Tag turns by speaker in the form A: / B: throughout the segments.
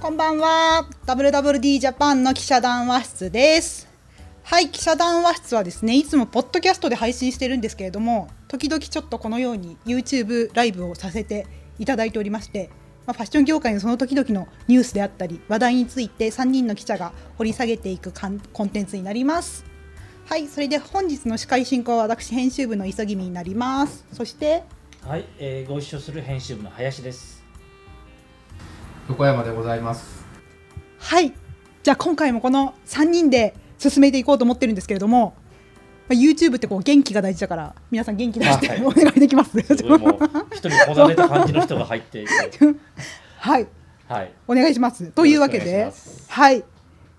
A: こんばんは WWD ジャパンの記者談話室ですはい記者談話室はですねいつもポッドキャストで配信してるんですけれども時々ちょっとこのように YouTube ライブをさせていただいておりまして、まあ、ファッション業界のその時々のニュースであったり話題について3人の記者が掘り下げていくかんコンテンツになりますはいそれで本日の司会進行は私編集部の急ぎみになりますそして
B: はい、えーご一緒する編集部の林 です。
C: 横山でございます。
A: はい。じゃあ今回もこの3人で進めていこうと思ってるんですけれども、まあ YouTube ってこう元気が大事だから、皆さん元気出して、
B: あはい
A: お願いできます。
B: すごいもう一人こだねた感じの人が入っていて、
A: はい。
B: はい。
A: お願いします。というわけ
B: よ
A: で
B: ろしくお願いしま、す
A: はい。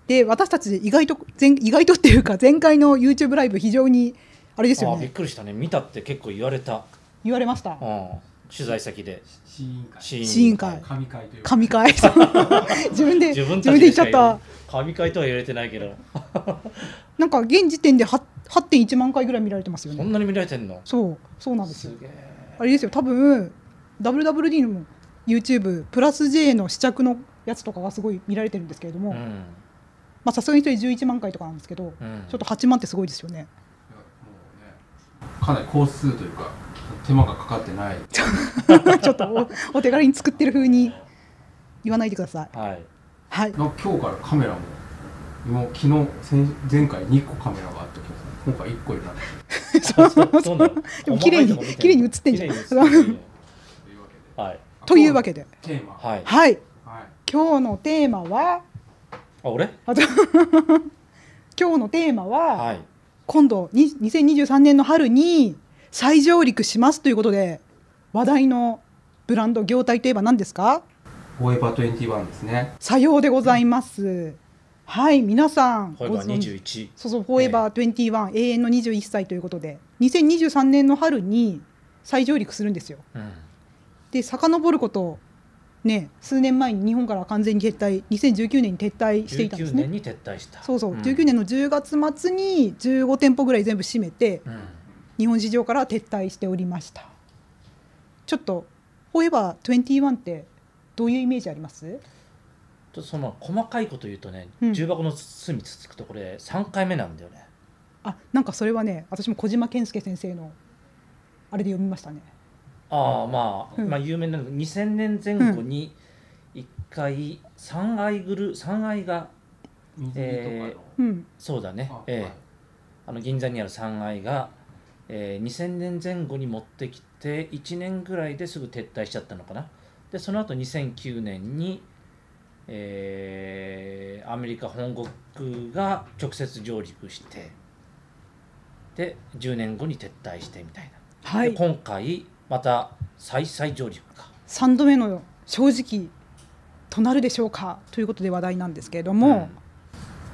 A: で、私たち意外と、前意外とっていうか、前回の YouTube ライブ非常に、あれですよ
B: あーびっ
A: ね。
B: くりしたね。見たって結構言われた。
A: 言われました
B: う。ん。取材先で。
C: 試飲会。
B: 試
A: 試飲会
C: 神会というか。
A: 神 回。自分で、自
B: 自分
A: 分
B: た
A: で言
B: ちで
A: っちゃっ
B: しか
A: た。
B: 言う神回とは言われてないけど、
A: なんか現時点では8.1万回ぐらい見られてますよ
B: そ
A: ね。
B: んなに見られてんの
A: そう、そうなんですよ
B: す。げえ。
A: あれですよ多分 WWD の YouTube プラス J の試着のやつとかがすごい見られてるんですけれども
B: うん。
A: まあさすがに一人11万回とかなんですけど
B: うん。
A: ちょっと8万ってすごいですよね
C: いやもうねかなり工数というか、手間がかかってない。
A: ちょっとおお手軽に作ってる風に言わないでください
B: はい。
A: はい
C: の今日からカメラも、もう昨日先前回2個カメラがあったけど、今回1個になってる
B: そうそうそうなの。
A: でも綺麗に
B: 細かいとこ見て
A: 綺麗に映ってんじゃん
B: 綺麗に映ってるよ
C: というわけ
B: はい。
C: で。
A: というわけで
C: テーマ。はい。
B: はい。
A: はい
C: はい。
A: 今日のテーマは
B: あ、俺
A: あと今日のテーマは、
B: はい。
A: 今度に2023年の春に再上陸しますということで話題のブランド業態といえば何ですか
C: フォーエバー21ですね。
A: さようでございます。はい、皆さん。
B: これが
A: ご存知
B: 21。
A: そうそう、フォーエバー21、永遠の21歳ということで、2023年の春に再上陸するんですよ。
B: うん。
A: で、遡ること、ね、数年前に日本から完全に撤退、2019年に撤退していたんで
B: 19
A: す
B: 年
A: ね。
B: に撤退した。
A: そうそう、
B: ん
A: 19。年の10月末に15店舗ぐらい全部閉めて、
B: うん。
A: 日本市場から撤退しておりました。ちょっと、フォーエバー21ってどういうイメージあります
B: ちょっとその細かいこと言うとね、
A: うん
B: 重箱の隅つつくとこれ3回目なんだよね
A: あなんかそれはね私も小島健介先生のあれで読みましたね
B: ああまあ、
A: うん
B: まあ有名なのが2000年前後に1回3愛グル3愛が
C: 水着とかの。
B: え
A: うん
B: そうだね
C: あ
B: ええ
C: はい
B: あの銀座にある3愛が、えー2000年前後に持ってきて1年ぐらいですぐ撤退しちゃったのかなでその後2009年に、えーアメリカ本国が直接上陸してで10年後に撤退してみたいな。
A: は
B: で
A: い
B: 今回また再々上陸か
A: 3度目の正直となるでしょうかということで話題なんですけれども、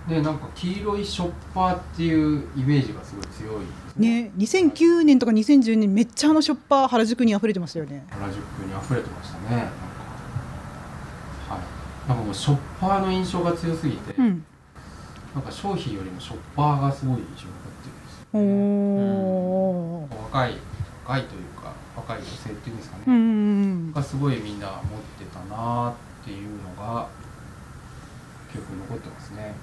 C: で、なんか黄色いショッパーっていうイメージがすごい強いですね。
A: ね2009年とか2010年めっちゃあのショッパー原宿に溢れてましたよね
C: 原宿に溢れてましたねなんかはいなんかもうショッパーの印象が強すぎて、
A: うん
C: なんか商品よりもショッパーがすごい印象が
A: お
C: 残ってるんで
A: お
C: すよ若い若いというか若い女性っていうんですかね、
A: うんうん
C: がすごいみんな持ってたなっていうのが記憶に残ってますね、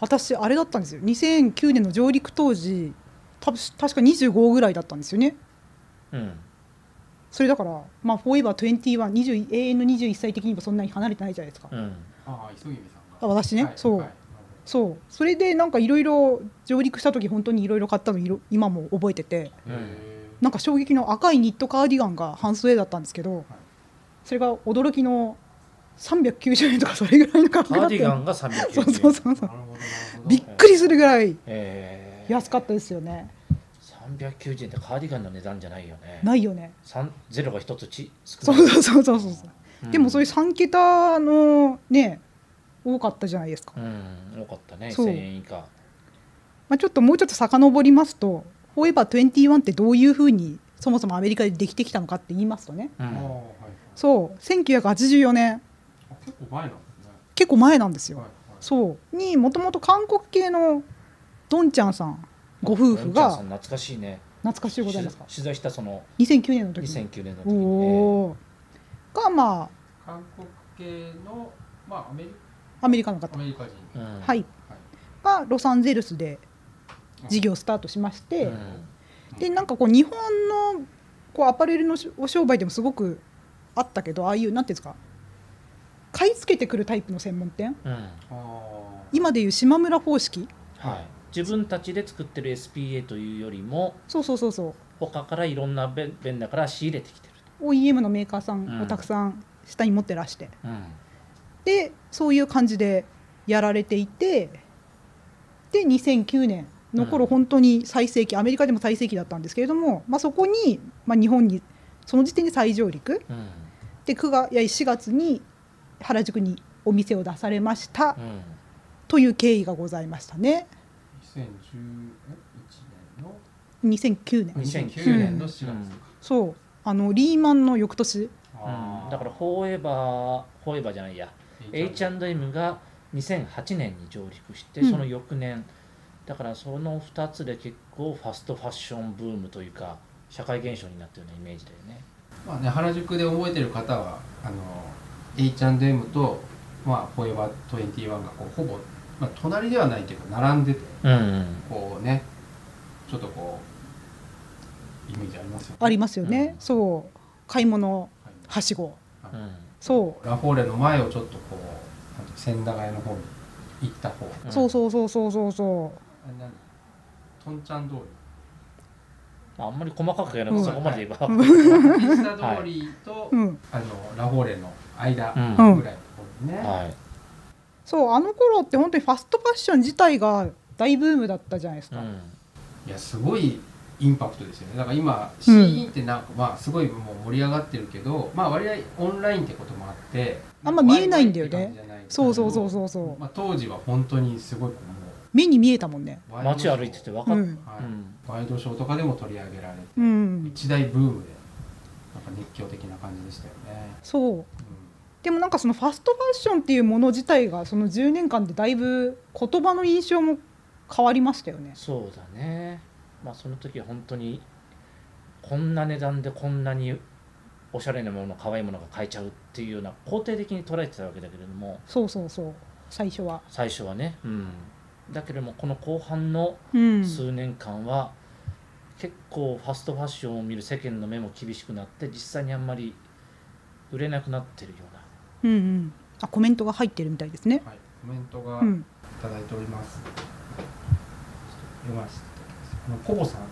A: 私あれだったんですよ2009年の上陸当時多分確か25ぐらいだったんですよね
B: うん、うん、
A: それだからまあフォーエバー21 20永遠の21歳的にもそんなに離れてないじゃないですか
B: うん
C: うん、ああ磯君さん
A: あ
C: が
A: 私ね、
C: はい
A: そう、
C: はい
A: そうそれでなんかいろいろ上陸した時本当にいろいろ買ったのいろ今も覚えてて
B: うん
C: へ
A: なんか衝撃の赤いニットカーディガンが半袖だったんですけどそれが驚きの390円とかそれぐらいの価
B: カ
A: 格だった
B: ーディガンが390円
A: そうそうそう
C: ー
A: そ
C: なるほど
A: う
C: なるほど
A: びっくりするぐらい
B: えー、
A: 安かったですよね
B: 390円ってカーディガンの値段じゃないよね
A: ないよね
B: 三ゼロが一つち少
A: そ
B: ない、
A: うそうそうそうそう
B: うん
A: でもそういう3桁のね多かったじゃないですか、
B: うん多かったね
A: そう
B: 1000円以下
A: まあ、ちょっともうちょっと遡りますとフォーエバー21ってどういうふうにそもそもアメリカでできてきたのかって言いますとね
B: う
C: ああ、
B: ん
C: はい、
A: そう1984年
C: あ結構前なんですね
A: 結構前なんです
C: はい
A: よ
C: はい
A: そうにもともと韓国系のどんちゃんさんご夫婦
B: ロンちゃんさ
A: が
B: ん懐かしいね
A: 懐かしいございますか
B: 取材したその
A: 2009年の時に
B: 2009年の時
A: お
B: に、ね
A: おーがまあ
C: 韓国
D: 系の、まあ、アメリ
A: アメリカの
D: ア
A: 方、
D: メリカ人、
B: うん、
A: はいい、がロサンゼルスで事業スタートしまして、
B: うん
A: でなんかこう日本のこうアパレルのしお商売でもすごくあったけどああいうなんていうんですか買い付けてくるタイプの専門店
B: うん
D: ああ
A: 今でいう島村方式
B: はい、自分たちで作ってる SPA というよりも
A: そうそうそうそ
B: 他からいろんなベベンダーから仕入れてきてる
A: う OEM のメーカーさ
B: うん
A: んをたくさん下に持ってらして、
B: と、
A: でそういう感じでやられていてで2009年の頃
B: うん
A: 本当に最盛期アメリカでも最盛期だったんですけれども、まあ、そこに、まあ、日本にその時点で再上陸
B: うんうん
A: で9がいや4月に原宿にお店を出されました
B: うん
A: という経緯がございましたね
D: 2011年の
A: 2009年
D: 2009年の4月
B: うん
D: とか、
A: そうあのリーマンの翌年
D: あ
B: うん
D: ー
B: だからフォーエバーフォーエバーじゃないや H&M が2008年に上陸して
A: うん
B: その翌年、だからその2つで結構ファストファッションブームというか社会現象になったようなイメージだよね
D: まあね、原宿で覚えてる方はあの H&M と、まあ、フォーエバー21がこうほぼ、まあ、隣ではないけど並んでて
B: うん
D: こうねちょっとこうイメージありますよね
A: ありますよね、
B: うん
A: そう買い物
D: はい
A: はしご
B: うん
A: そう
D: ラフォーレの前をちょっとこうあの千駄ヶ谷の方に行った方
B: うん
A: そうそうそうそうそうそ
D: あれ何トンチャン通り
B: まああんまり細かくやらな
A: う
B: い
A: ん
B: そこまで言えば、
A: う、う
B: うん
A: ん
D: 下通りと、
A: うん、
D: あのラフォーレの間ぐらいのと
A: うん
D: ころにね、
B: はい
A: そうあの頃って本当にファストファッション自体が大ブームだったじゃないです
B: う
A: か、
B: ん
D: いやすごいインパクトですよねだから今シーンってなんか、まあすごいもう盛り上がってるけどまあ割合オンラインってこともあって
A: あんま見えないんだよね
D: ワイワイって感じじゃない
A: そうそうそうそうそう、
D: まあ、当時は本当にすごいこう
A: 目に見えたもんね
D: もう
B: 街歩いてて分か
A: う
B: っ
A: ん
B: た、
D: は
B: う
D: い
B: ん
D: ワイドショーとかでも取り上げられて、
A: うん
D: 一大ブームでなんか熱狂的な感じでしたよね、
A: そう
D: う
A: でもなんかそのファストファッションっていうもの自体がその10年間でだいぶ言葉の印象も変わりましたよね
B: そうだねまあその時は本当にこんな値段でこんなにおしゃれなもの可愛いものが買えちゃうっていうような肯定的に捉えてたわけだけれども
A: そうそうそう最初は
B: 最初はね、うん、だけれどもこの後半の
A: うん
B: 数年間は、結構ファストファッションを見る世間の目も厳しくなって実際にあんまり売れなくなってるような
A: うんうんあコメントが入ってるみたいですね
D: んはい、コメントが
A: う
D: い
A: ん
D: ただいております、ちょっと読ませていただきますあのコボさん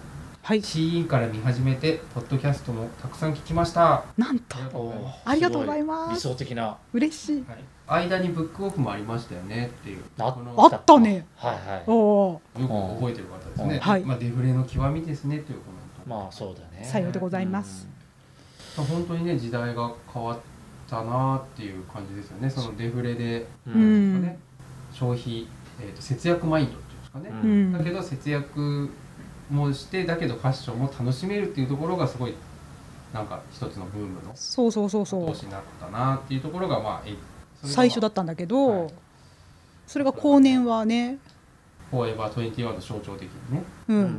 A: はい
D: シーインから見始めてポッドキャストもたくさん聞きました
A: なんと
D: ありがとうございます
A: ありがとうございます
B: 理想的な
A: 嬉しい
D: はい、間にブックオフもありましたよねっていう
B: あ
D: この
A: あったね
B: はいはい
A: おお
D: よく覚えてる方です
B: うん
D: ね、
A: はい
D: まあ、デフレの極みですねっていうコメント、
B: まあそうだね
A: さようでございます
D: 本当にね時代が変わったなっていう感じですよねそのデフレで、
B: う
A: ー
B: ん
A: う
B: うん
A: ん
D: ね消費、えーと節約マインドっていうんですかね、
B: うん
A: うん
D: だけど節約もしてだけどファッションも楽しめるっていうところがすごいなんか一つのブームの
A: そうそうそうそ
D: 後
A: う
D: 押しになったなっていうところがまあえそれが
A: 最初だったんだけど、
D: はい
A: それが後年はね、
D: フォーエバー21の象徴的にね
A: うん
B: うん
D: ね、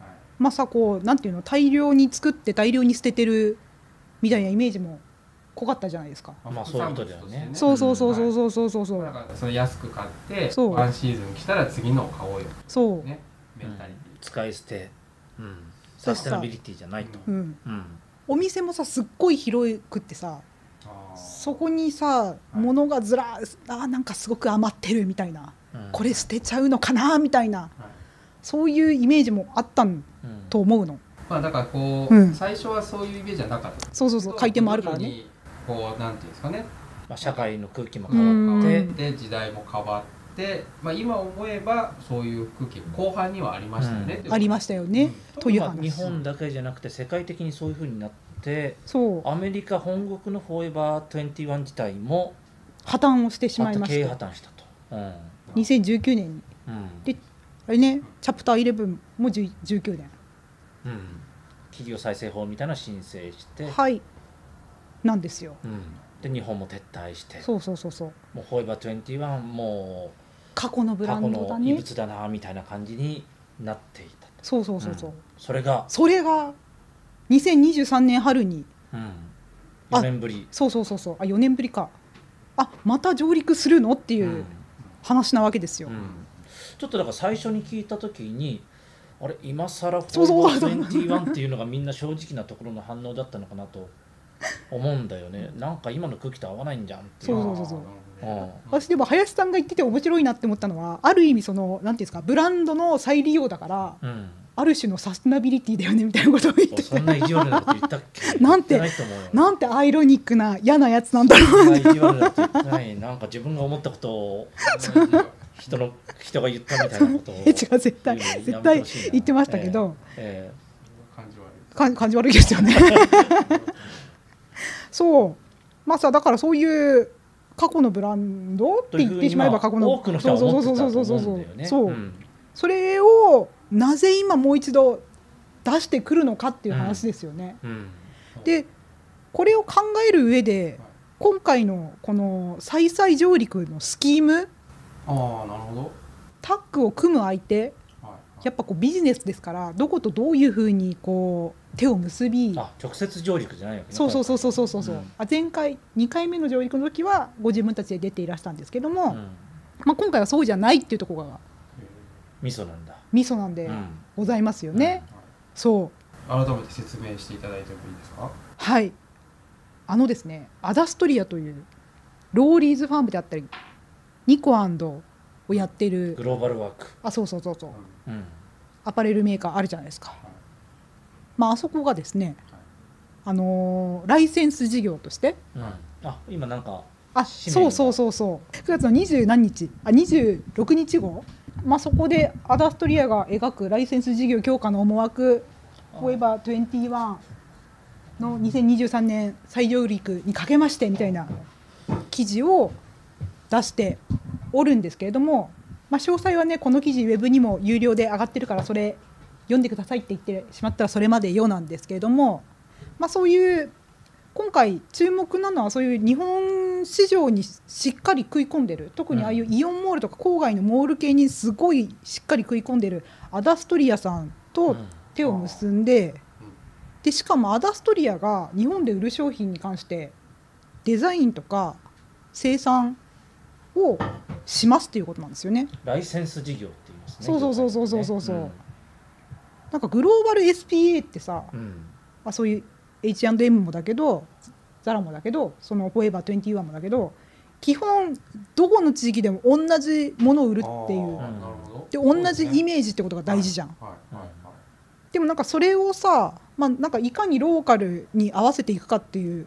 D: はい
A: まさこうなんていうの大量に作って大量に捨ててるみたいなイメージも濃かったじゃないですか、
B: まあそういうことだよね
A: そうそうそううそうそうそうそうそう、
D: だからそれ安く買って
A: そう
D: ワンシーズン来たら次のを買おうよ
A: そう、
D: ねメンタリティ
B: 使い捨て、うん、サステナビリティじゃないと、
A: う、
D: うん
B: うん
A: お店もさすっごい広くってさ
D: あー
A: そこにさ
D: い
A: 物がずらあーなんかすごく余ってるみたいな
B: うん
A: これ捨てちゃうのかなみたいな
D: はい
A: そういうイメージもあったん
B: うん
A: と思うの
D: まあだからこう、
A: うん
D: 最初はそういうイメージはなかったけ
A: そうそう
D: ど
A: そう回転もあるからね
D: 徐々にこうなんていうんですかね
B: まあ、社会の空気も
A: う
B: 変わっ
A: ん
D: 変わって時代も変わって、まあ、今思えばそういう空気後半にはありましたよね、
B: うん
D: っていうこと
A: ありましたよね、
B: て
A: という
B: まあ
A: 話
B: 日本だけじゃなくて世界的にそういうふうになって
A: そう
B: アメリカ本国のフォーエバー21自体も
A: 破綻をしてしまいま
B: 経営
A: し
B: 破
A: た
B: 綻したと。うん
A: 2019年に
B: うん
A: であれねチャプター11も10 19年
B: うん企業再生法みたいなの申請して、
A: はいなんですよ
B: うんで日本も撤退して
A: そうそうそうそう
B: もうフォーエバー21も
A: 過去の
B: う
A: ブラ
B: 過去
A: ンドだ
B: の遺
A: ね
B: 物だなみたいな感じになっていたと
A: そうそうそうそう、
B: んそれが、
A: それが2023年春に
B: うん、
A: あ
B: 4年ぶり
A: そうそうそうそうあ4年ぶりかあまた上陸するのっていううん話なわけですよ。
B: うんちょっとだから最初に聞いた時にあれ今更フォ
A: そうそう
B: ーバー21っていうのがみんな正直なところの反応だったのかなと思うんだよねなんか今の空気と合わないんじゃんってい
A: そう
B: う
A: そうそうそう
C: あーなるほどね
A: 私でも林さんが言ってて面白いなって思ったのはある意味そのなんていうんですかブランドの再利用だから
B: うん
A: ある種のサステナビリティだよねみたいなことを言って
B: そんな意地悪なこと言ったっけ
A: なんて
B: 言ってないと思うよ
A: なんてアイロニックな嫌なやつなんだろう
B: そんな意地悪なこと言ってないなんか自分が思ったことを人の人が言ったみたいなことを
A: え違う絶対
B: いやいや
A: 絶
B: やめて
A: 対
B: ほしいな
A: 言ってましたけど、
B: え
C: 感じ悪い
A: か感じ悪いですよね そうまあさだからそういう過去のブランドって
B: えとい
A: 言
B: うふ
A: っ
B: う
A: て
B: に
A: しまえば
B: まあ
A: 過去の
B: 多くの人は思ってたと
A: そうそう
B: 思
A: そううん
B: だよね
A: そうそう、
B: うん
A: それをなぜ今もう一度出してくるのかっていう話ですよね。
B: うん
A: でこれを考える上で今回のこの再々上陸のスキーム
C: ああなるほどはい
A: タッグを組む相手
C: はい
A: やっぱこうビジネスですからどことどういうふうにこう手を結び
B: あ直接上陸じゃないわけね
A: そうそうそうそうそうそうそう、
B: うん
A: あ前回2回目の上陸の時はご自分たちで出ていらしたんですけども、
B: うん
A: まあ、今回はそうじゃないっていうところが
B: 味噌なんだ、
A: ミソなんで
B: うん
A: ございますよね、
C: え
A: そう
C: ーはい改めて説明していただいてもいいですか
A: はいあのですねアダストリアというローリーズファームであったりニコアンドをやって
B: グ
A: る
B: ローバルワーク、
A: あそうそうそうそう
C: うん
B: うん
A: アパレルメーカーあるじゃないですか、
C: い
A: まああそこがですね
C: はい
A: あのーライセンス事業として
B: うんあ今なんか
A: あ
B: 紙
A: そ
B: 面
A: う
B: が
A: そうそうそう9月の二十何日あ26日号、まあ、そこでアダストリアが描くライセンス事業強化の思惑「
B: あ
A: Forever21」の2023年最上陸にかけましてみたいな記事を出しておるんですけれども、まあ、詳細はねこの記事ウェブにも有料で上がってるからそれ読んでくださいって言ってしまったらそれまでよなんですけれども、まあ、そういう今回注目なのはそういう日本市場にしっかり食い込んでる特にああいうイオンモールとか郊外のモール系にすごいしっかり食い込んでるアダストリアさん
B: う
A: と
B: ん
A: 手を結んで,、
C: うん
A: でしかもアダストリアが日本で売る商品に関してデザインとか生産をしますっていうことなんですよね。
B: ライセンス事業って言いますね
A: そうそうそうそうそうそうそう
B: 業界ね
A: なんかグローバル SPA ってさ、
B: うんうん
A: まあ、そういう H&M もだけどザラもだけどそのフォーエバー21もだけど基本どこの地域でも同じものを売るってい
C: あ
A: う
C: ーなるほど
A: で同じイ
C: 味
A: メージってことが大事じゃん、
C: はいはいはい
A: でもなんかそれをさ、まあ、なんかいかにローカルに合わせていくかっていう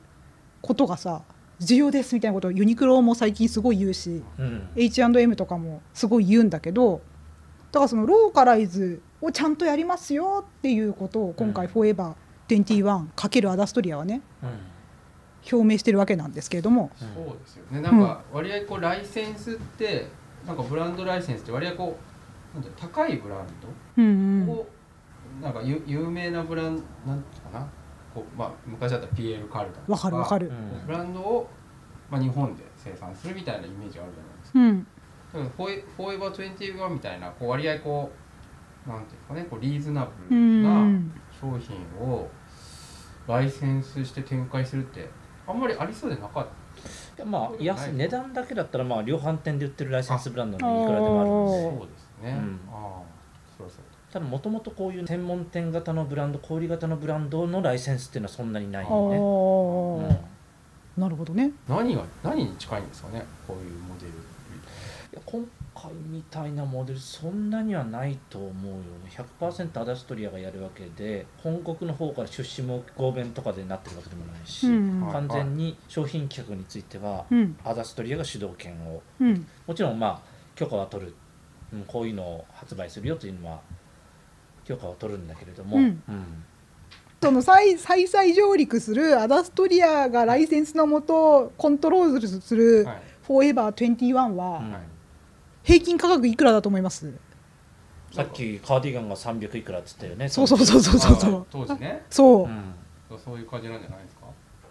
A: ことがさ重要ですみたいなことをユニクロも最近すごい言うし
B: うん
A: H&M とかもすごい言うんだけどだからそのローカライズをちゃんとやりますよっていうことを今回「
B: うん
A: フォーエバー21×アダストリア」はね
B: うん
A: 表明してるわけなんですけれども
B: うん
C: そうですよねなんか割合こうライセンスってなんかブランドライセンスって割合こうなんだろう高いブラン
A: うん
C: ドをなんかゆ有名なブランドなんていうかなこうまあ昔だったら PL カルダと
A: わかるわかる
B: う、ん
C: ブランドをまあ日本で生産するみたいなイメージあるじゃないですかだか
A: うん、
C: らフォーフォーエバー21みたいなこう割合こうなんていうかねこうリーズナ
A: う
C: ブルなん商品をライセンスして展開するってあんまりありそうでなかっ
B: でまあ安い値段だけだったらまあ量販店で売ってるライセンスブランド
A: あ
B: のいくらでもあるん
C: たそ
A: おー
B: です
C: うですね、
B: うん
C: ああそうそう
B: 多分もともとこういう専門店型のブランド小売型のブランドのライセンスっていうのはそんなにない
A: あ
B: よね、うん
A: ーなるほどね
C: 何が何に近いんですかねこういうモデル
B: いや今回みたいなモデルそんなにはないと思うよね100%アダストリアがやるわけで本国の方から出資も合弁とかでなってるわけでもないし、
A: うん
B: 完全に商品企画については
A: うん
B: アダストリアが主導権を
A: うん
B: もちろんまあ許可は取る、うん、こういうのを発売するよというのは許可を取るんだけれども、
A: うんその再再々上陸するアダストリアがライセンスのもとコントロールする
C: はい
A: 「フォーエバー21」
B: う
A: は
B: ん
C: はい
A: 平均価格いくらだと思います
B: さっきカーディガンが300いくらっつったよね
A: そうそうそうそう そうそ
C: ああ
A: う
C: 当時ね
A: そう、
B: ん
C: そういう感じなんじゃないですか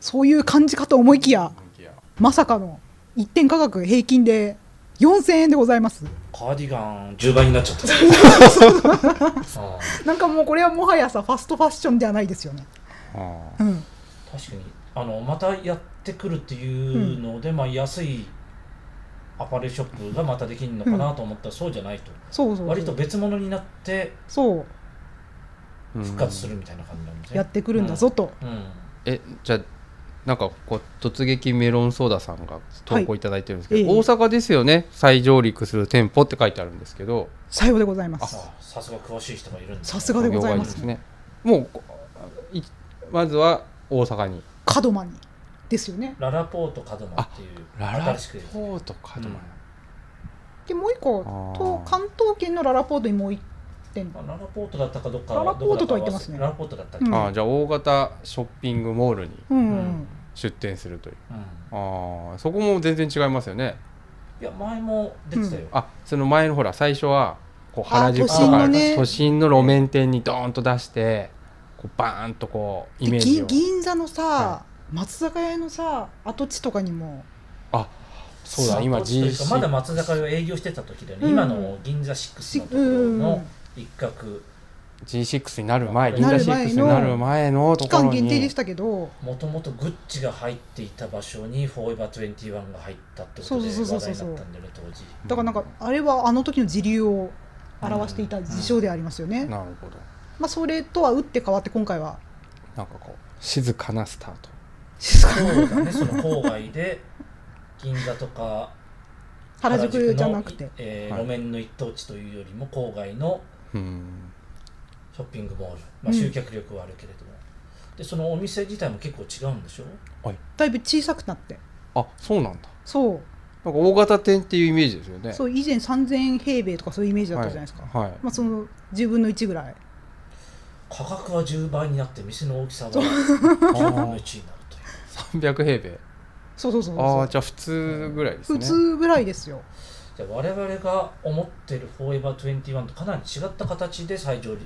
A: そういう感じかと思いきや
C: 思いきや
A: まさかの一点価格平均で4000円でございます
B: カーディガン10倍になっちゃった。うん
A: なんかもうこれはもはやさファストファッションではないですよね、うん、
B: 確かにあのまたやってくるっていうので、まあ、安いアパレルショップがまたできるのかなと思ったら、そうじゃないと
A: そうそう
B: 割と別物になって
A: そう
B: 復活するみたいな感じなんです
A: や
B: ね
A: っ、てくるんだぞと、
B: うん、
D: えじゃあなんかこう突撃メロンソーダさんが投稿いただいてるんですけど、
A: はいええ
D: 大阪ですよね再上陸する店舗って書いてあるんですけど
A: さようでございます
B: あさすが詳しい人がいるんだ
A: さすがでございます
D: 業界ねもうこいまずは大阪に
A: 角間にですよね
B: ララポート角間っていう新しくですね
D: ポートか
B: うん
A: でもう一個
D: あー
A: と関東圏のララポートにもう一点
B: まあララポートだったかどっか
A: ララポートとは言ってますね
B: ララポートだったっ
A: う
B: け
A: ん
D: あーじゃあ大型ショッピングモールに
A: うん、
B: うん
D: 出店するという
B: うん
D: あーそこも全然違いますよね
B: いや前も出てたよ、
D: あその前のほら最初はこう原宿と
B: あ都心
D: か
B: の
A: ね
D: 都心の路面店にドーンと出してこうバーンとこうイ
A: で
D: メージ
A: 銀
D: を
A: 銀座のさ、
D: は
A: 松坂屋のさ跡地とかにも
D: そうだ今
B: サポートというか
D: GC
B: まだ松坂屋を営業してた時だよね、
A: うん
B: 今の銀座6
A: し
B: のとこ
A: う
B: ろ
A: ん
B: の一角
D: G6 になる前銀
B: な
D: 座
B: る
A: 前の
D: 6になる前のと
A: 期
D: こ
A: 間
D: ろ
A: 限定で
D: に
A: したけど
B: もともとグッチが入っていた場所にフォーエバー21が入ったってことで
A: そうそうそ
B: 話題
A: う
B: に
A: そう
B: なったんだよね当時
A: だからなんかあれはあの時の時流を表していた事象でありますよね、
D: なるほど
A: まあ、それとは打って変わって今回は
D: なんかこう静かなスタート
A: 静か
B: そうだねその郊外で銀座とか
A: 原宿
B: の
A: じゃなくて、
B: えー
D: はい
B: 路面の一等地というよりも郊外の
D: うん
B: ショッピングモール、ま
A: う
B: あ、
A: ん
B: 集客力はあるけれども、でそのお店自体も結構違うんでしょ
A: だいぶ小さくなって
D: あそうなんだ
A: そう
D: なんか大型店っていうイメージですよね
A: そうう以前3000平米とかそういうイメージだったじゃないですか、
D: はい、はい
A: まあ、その10分の1ぐらい
B: 価格は10倍になって店の大きさは
D: あ
B: 10分の
D: ー
B: 1になるという
D: 300平米
A: そうそうそうそう
D: ああじゃあ普通ぐらいです
A: 普
D: ね
A: 通ぐらいですよ
B: じゃあ我々が思ってるフォーエバー21とかなり違った形で再上陸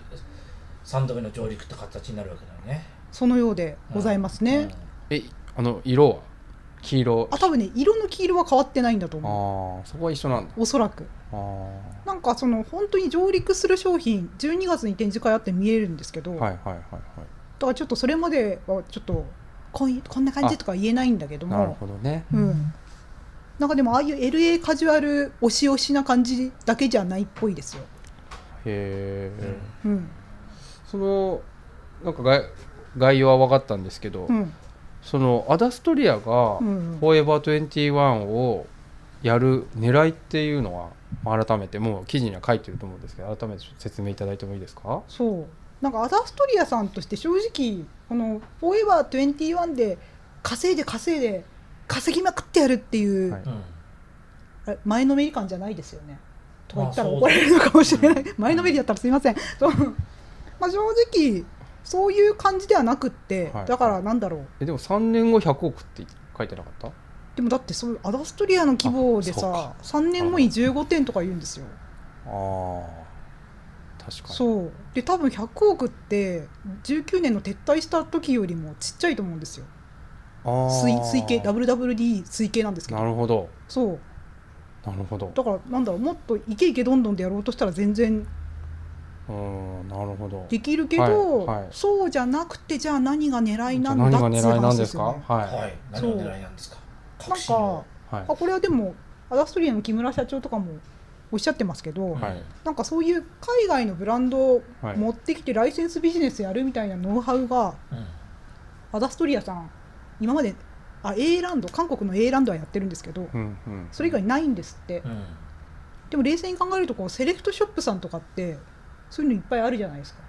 B: 3度目の上陸って形になるわけだよね。
A: そのようでございますね、
B: うん
D: えあの色は黄色
A: あ多分ね色の黄色は変わってないんだと
D: あ
A: 思
D: ーそこは一緒なんだ
A: うおそらく
D: あ
A: なんかその本当に上陸する商品12月に展示会あって見えるんですけど、
D: ーはいはいはいはい
A: だからちょっとそれまではちょっとこういうこんな感じとかは言えないんだけど
D: なる
A: も
D: ほどね
A: うん、なんかでもああいう LA カジュアル押し押しな感じだけじゃないっぽいですよ、
D: へえ、
B: うん
A: うん
D: そのなんか概概要は分かったんですけど、
A: うん
D: そのアダストリアが
A: う
D: 「
A: ん
D: フォーエバー21」をやる狙いっていうのはまあ改めてもう記事には書いてると思うんですけど改めてちょっと説明いただいてもいいですか
A: そうなんかアダストリアさんとして正直この「フォーエバー21」で稼いで稼いで稼ぎまくってやるっていう、
D: はい
B: うん
A: あ前のめり感じゃないですよねとか言ったら
B: まあ
A: 怒られるのかもしれない、
B: そうだね
A: 前のめりだったらすいません、そうまあ正直そういう感じではなくって、
D: はい
A: だからなんだろう
D: えでも3年後100億って書いてなかった
A: でもだってそういうアダストリアの規模でさ
D: あ
A: 3年後に15点とか言うんですよ
D: あー確かに
A: そうで多分100億って19年の撤退した時よりもちっちゃいと思うんですよ
D: あー
A: 推推計 WWD 推計なんですけ
D: な
A: ど
D: るほど
A: そう
D: なるほど
A: だからなんだろうもっとイケイケどんどんでやろうとしたら全然
D: うーんなるほど
A: できるけど、
D: はいはい
A: そうじゃなくてじゃあ何が狙い
D: じゃ
A: な
D: あ
A: んだっ
D: 何が
A: ていう
D: 狙いなん
A: 話
D: で
A: ですす
D: か
A: よね。
B: は、
D: はい
A: そ
B: 何
A: う
B: を狙いなんですか
A: な
B: 確
A: ん
B: 信を
A: か
D: いはい
A: あこれはでもアダストリアの木村社長とかもおっしゃってますけど、
D: はい
A: なんかそういう海外のブランドを
D: はい
A: 持ってきてライセンスビジネスやるみたいなノウハウが
B: うん
A: アダストリアさん今まであ A ランド韓国の A ランドはやってるんですけど
D: うんうん
A: それ以外ないんですって、
B: うん
A: でも冷静に考えるとこうセレクトショップさんとかってそういうのいっぱいあるじゃないですか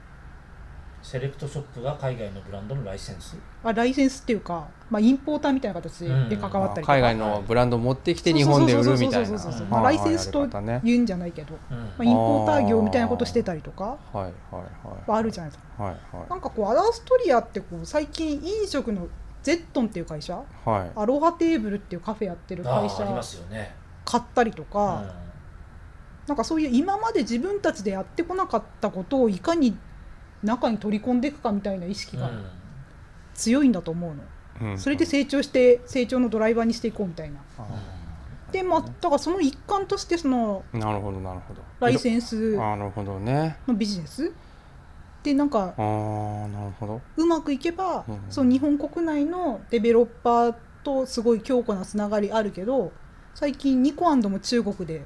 B: セレクトショップが海外のブランドのライセンス
A: あライセンスっていうか、まあ、インポーターみたいな形で関わったりとか、
D: あ海外のブランドを持ってきて日本で売るみたい
A: そう
D: な
A: そうそうそうそうそうそうそう
B: うん
A: まあ
D: は
A: ラ
D: い
A: イセンス
D: や
A: と
D: り方ね
A: 言うんじゃないけど、ま
B: うん
A: あ、インポーター業みたいなことしてたりとか
D: はいはいはい
A: はあるじゃないですか
D: はい
A: な
D: は
A: んかこうアダストリアってこう最近飲食のゼットンっていう会社
D: いはい
A: アロハテーブルっていうカフェやってる
B: あ
A: 会
B: ーありま
A: 社
B: すよね、
A: 買ったりと
B: うん
A: か、なんかそういう今まで自分たちでやってこなかったことをいかに中に取り込んでいくかみたいな意識
B: う
A: が
B: ん
A: 強いんだと思うの、
D: うん
A: それで成長して成長のドライバーにしていこうみたいな
D: あ
A: でまあだからその一環としてその
D: なるほどなるほど
A: ライセンス
D: なるほどね
A: のビジネスでなんか
D: あーなるほど
A: うまくいけば、
D: うん
A: そう日本国内のデベロッパーとすごい強固なつながりあるけど最近ニコアンドも中国で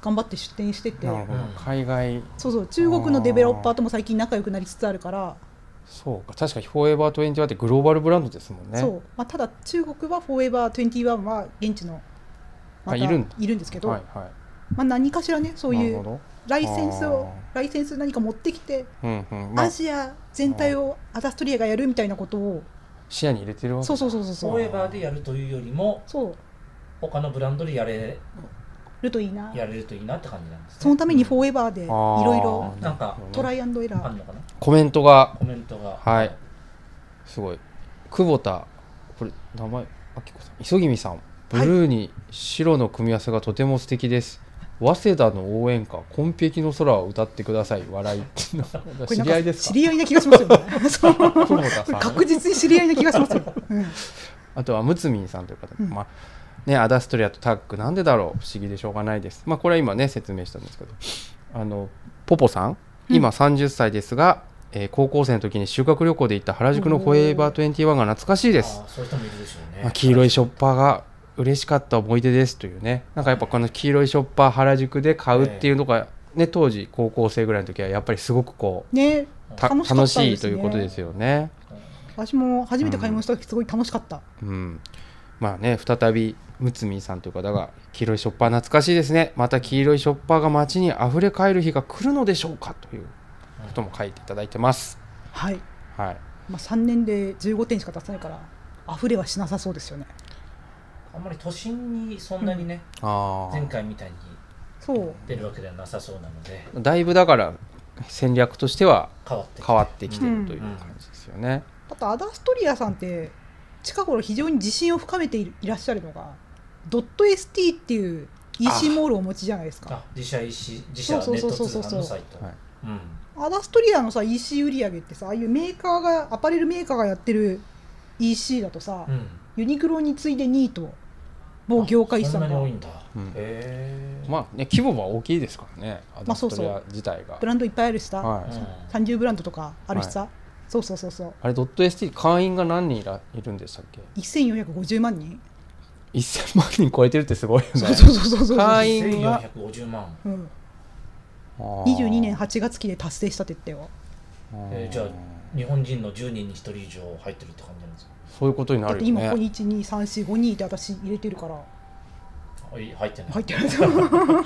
A: 頑張って出店してて
D: なるほど、
B: うん
D: 海外
A: そうそう中国のデベロッパーとも最近仲良くなりつつあるから、
D: そうか確かにフォーエバー21ってグローバルブランドですもんね
A: そうまあ、ただ中国はフォーエバー21は現地のまた
D: あいるん
A: いるんですけど、
D: はいはい
A: まあ、何かしらねそうい
D: なる
A: う
D: ほ
A: ライセンスを
D: あ
A: ライセンス何か持ってきて、
D: どうんうんま
A: ア
D: あ
A: ジア全体をアダストリアがやるみたいなことを、
D: 視野に入れてるわけ
A: そうそうそううそうそ
B: フォー
A: う
B: エバーでやるというよりも
A: そう
B: 他のブランドでやれ
A: るといいな
B: やれるといいなって感じなんです
A: その
B: ね。
A: ためにフォーエバーでいろいろ
B: なんか
A: トライアンドエ
B: あ
A: ラ
B: るのかな
D: コメントが
B: コメントが。
D: はいすごい久保田これ名前あきこさん磯君さんブルーに白の組み合わせがとても素敵です、早稲田の応援歌「紺碧の空」を歌ってください笑い
A: ー。これ
D: 知
A: なん
D: り合いです
A: 知
D: か
A: り合いな気がしますよね。そう
D: 久保田さん
A: 確実に知り合いな気がしますよ。うん
D: あとはむつみんさんという方、
A: うん
D: まあね、アダストリアとタッグなんでだろう不思議でしょうがないです、まあ、これは今ね説明したんですけどあのポポさん
A: うん
D: 今30歳ですが、えー高校生の時に修学旅行で行った原宿のフォーエバー21が懐かしい
B: あ
D: です
B: ーそういう人もいるでしょう
D: まあ
B: ね。
D: 黄色いショッパーが嬉しかった思い出ですというねなんかやっぱこの黄色いショッパー原宿で買うっていうのが、ね、当時高校生ぐらいの時はやっぱりすごくこ
A: ね、
D: うた
A: 楽しかったで
D: 楽
A: すね
D: しいということですよね。
A: 私も初めて買い物した時すごい楽しかった。
D: うん、まあね再びむつみんさんという方が「黄色いショッパー懐かしいですねまた黄色いショッパーが街にあふれかえる日が来るのでしょうか」ということも書いていただいてます。
A: はい。
D: はい、
A: まあ三年で15点しか出さないから溢れはしなさそうですよね。
B: あんまり都心にそんなにね、
D: あ
B: 前回みたいに
A: そう。
B: 出るわけではなさそうなので、
D: だいぶだから戦略としては
B: 変わってきて
D: 変わってきてるという感じですよね。
A: あとアダストリアさんって近頃非常に自信を深めていらっしゃるのがドット ST っていう EC モールをお持ちじゃないですか。
B: あ自社 EC、自社ネ
A: そう
B: ッ
A: そう
B: ト
A: そう
B: 通
A: そう
B: 販のサイト。
D: はい
B: うん
A: アダストリアのさ EC 売り上げってさああいうメーカーがアパレルメーカーがやってる EC だとさ、
B: うん
A: ユニクロに次いで2位ともう業界遺
B: そ
A: 産
B: んなに多
A: が
B: いんだ。
D: うん
B: へえ。
D: まあね規模は大きいですからねア
A: ま
D: ダ
A: あそ
D: ス
A: うそ
D: ト
A: う
D: リア自体が。
A: ブランドいっぱいあるしさ、
D: はい
B: うん
A: 30ブランドとかあるしさ、そうそうそうそう
D: あれドット ST 会員が何人いらいるんでしたっけ
A: 1450万人
D: 1000万人超えてるってすごいよね。
A: そうそうそうそうそう
D: 会員が
B: 1450万。
A: うん、
D: あー
A: 22年8月期で達成したって言ったよ
B: えーじゃあ日本人の10人に1人以上入ってるって感じなんですか
D: そういうことにな
A: だっ
D: る
A: て
D: よ
A: 今ここ
D: ね。
A: に12345って私入れてるから
B: あい入ってない
A: 入 ってるまあ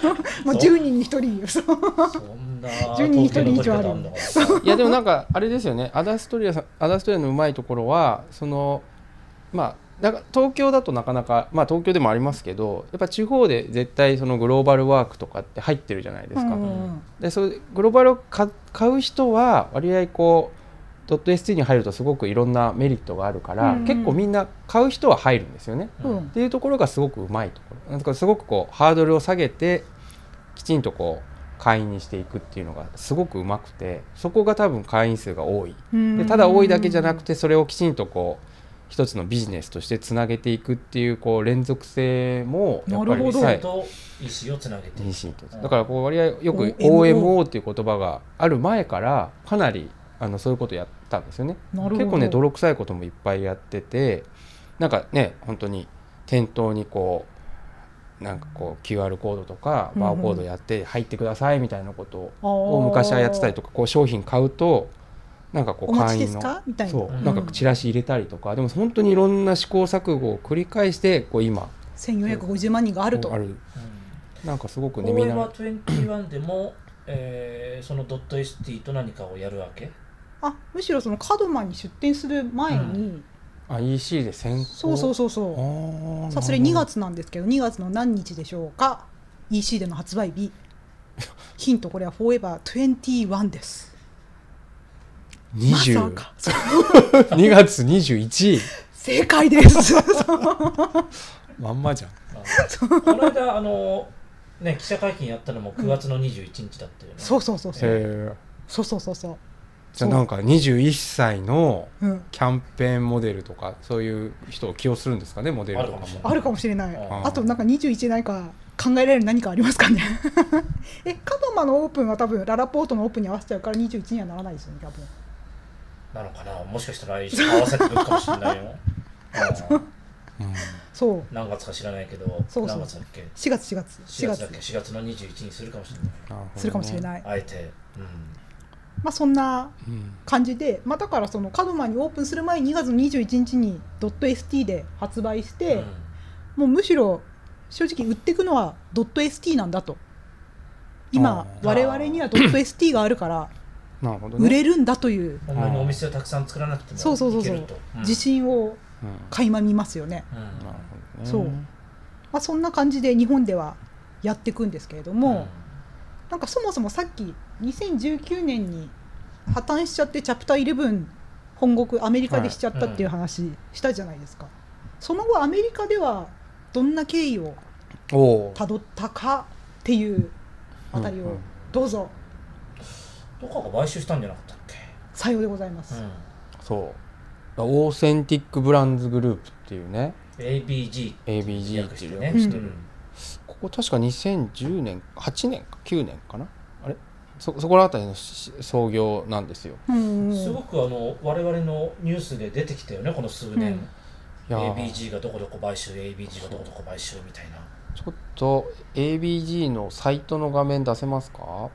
A: 10人に1人よそう
B: そんな
A: 10人に1人以上ある
B: 統計の取り方んだから
D: いやでもなんかあれですよね。アダストリアさんアダストリアのうまいところはそのまあだから東京だとなかなかまあ東京でもありますけど、やっぱ地方で絶対そのグローバルワークとかって入ってるじゃないですか。
A: うんうん
D: でそうグローバルをか買う人は割合こうドット ST に入るとすごくいろんなメリットがあるから、
A: うんうん
D: 結構みんな買う人は入るんですよね。
A: うん
D: っていうところがすごくうまいところなんかすごくこうハードルを下げてきちんとこう会員にしていくっていうのがすごくうまくてそこが多分会員数が多い
A: うん
D: でただ多いだけじゃなくてそれをきちんとこう一つのビジネスとしてつなげていくっていうこう連続性もやっぱ
A: なるほ
D: り
A: ど
D: は
B: そ
D: い
B: れと意思をつなげていく
D: DC とだからこう割合よく OMO
A: OMO
D: っていう言葉がある前からかなりあのそういうことやったんですよね
A: なるほど
D: 結構ね泥臭いこともいっぱいやっててなんかね本当に店頭にこうなんかこう QR コードとか
A: うんうん
D: バーコードやって入ってくださいみたいなこと
A: あー
D: を昔はやってたりとかこう商品買うとなんかこ
A: お
D: う
A: 待ち
D: 会
A: で
D: 員
A: す
D: の
A: かみたいな
D: そう
B: うん
D: なんかチラシ入れたりとかでも本当にいろんな試行錯誤を繰り返してこう今
A: 1450万人があると
D: あるなんかすごく
B: うん
D: ね
B: フォ
D: み
B: ー
D: ん
B: エバ
D: な
B: ー21で も、えーそのドット ST と何かをやるわけ
A: あむしろそのカドマンに出店する前に、
D: あ EC で先行
A: そうそうそうそうさあそれ2
D: 二
A: 月なんですけど2月の何日でしょうか EC での発売 日ヒントこれはフォーエバー21です
D: 二
A: ま
D: 十
A: さかそう
D: 2月21位
A: 正解ですそ う
D: まん まじゃん
B: あのこの間あの、ね、記者会見やったのも9月の21日だったよね、
A: そうそうそうそう
D: へえ
A: そうそうそうそう
D: じゃあなんか21歳の
A: うん
D: キャンペーンモデルとかそういう人を起用するんですかねモデルとか
B: あるかもしれ
D: も
B: な
A: あ
B: い
A: るかもしれない
B: あ
A: あとなんか21なんか考えられる何かありますかね えカドマのオープンは多分ララポートのオープンに合わせちゃうから21にはならないですよね多分
B: なのかなもしかしたら来週合わせてくるかもしれない ようん
D: うん
A: そう
B: 何月か知らないけど
A: そう
B: 何月だっけ
A: 4月4月
B: 4
A: 4
B: 月だっ
A: 月
B: け4月の21にするかもしれ
D: なるほどね
A: するかもしれない、
B: ないあえて、うん、
A: まあそんな
D: うん
A: 感じで、まあ、だからそのカドマにオープンする前に2月21日に .st で発売して、
B: うん
A: もうむしろ正直売っていくのは .st なんだと今
D: あー
A: 我々には .st があるから
D: なるほどね
A: 売れるんだという
B: こんなにお店をたくさん作らなくても
A: そうそうそうそう
B: いけるとん
A: 自信を
D: うん
A: 垣間見ますよね、
B: うん
D: なるほどね
A: そうまあ、そんな感じで日本ではやっていくんですけれども、なんかそもそもさっき2019年に破綻しちゃってチャプター11本国アメリカでしちゃったっていう話したじゃないですか、その後アメリカではどんな経緯を
D: おー
A: たどったかっていうあたり
D: うんう
A: を
D: ん
A: どうぞ
B: どっかが買収したんじゃなかったっ
A: さようでございま
B: け、
A: す、
B: うん、
D: そうオーセンティックブランズグループっていうね
B: ABG
D: ABG
B: 略
D: って
B: し
D: い
B: て
D: う
B: ね、
D: 略
A: うん
D: してるここ確か2010年8年か9年かなあれそそこら辺りのし創業なんですよ
A: うんうん
B: すごくあの我々のニュースで出てきたよねこの数年、
A: うん
D: いやー
B: ABG がどこどこ買収 ABG がどこどこ買収みたいな
D: ちょっと ABG のサイトの画面出せますか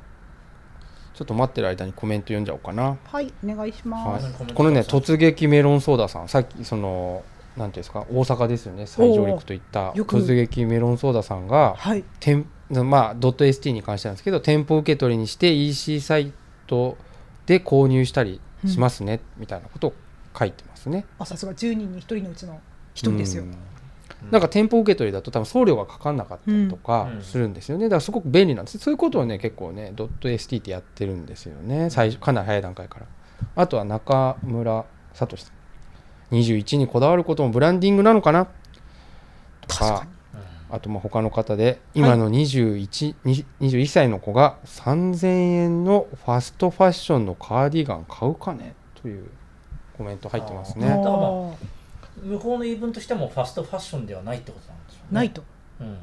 D: ちょっと待ってる間にコメント読んじゃおうかな
A: はいお願いしま
D: は
A: す、
B: あコメン
D: い、
B: ト
D: このね
B: ください
D: 突撃メロンソーダさんさっきそのなんていうんですか大阪ですよね再上陸といった
A: よく
D: 突撃メロンソーダさんが
A: はい
D: 店まあ、.st に関してなんですけど店舗受け取りにして EC サイトで購入したりしますね、みたいなことを書いてますね。
A: あさすが10人に1人のうちの1人ですよ
D: う、んなんか店舗受け取りだと多分送料がかかんなかったりとか
B: うん
D: するんですよね、だからすごく便利なんですそういうことをね結構ね .st ってやってるんですよね最初かなり早い段階からあとは中村聡さん21にこだわることもブランディングなのかなと
A: 確かに
D: あとまあ他の方で今の21、に21歳の子が3000円のファストファッションのカーディガン買うかねというコメント入ってます
B: うん
D: ね。
B: からまあ
A: あ
B: うん向こうの言い分としてもファストファッションではないってことなんでしょうね
A: ーないと
B: うん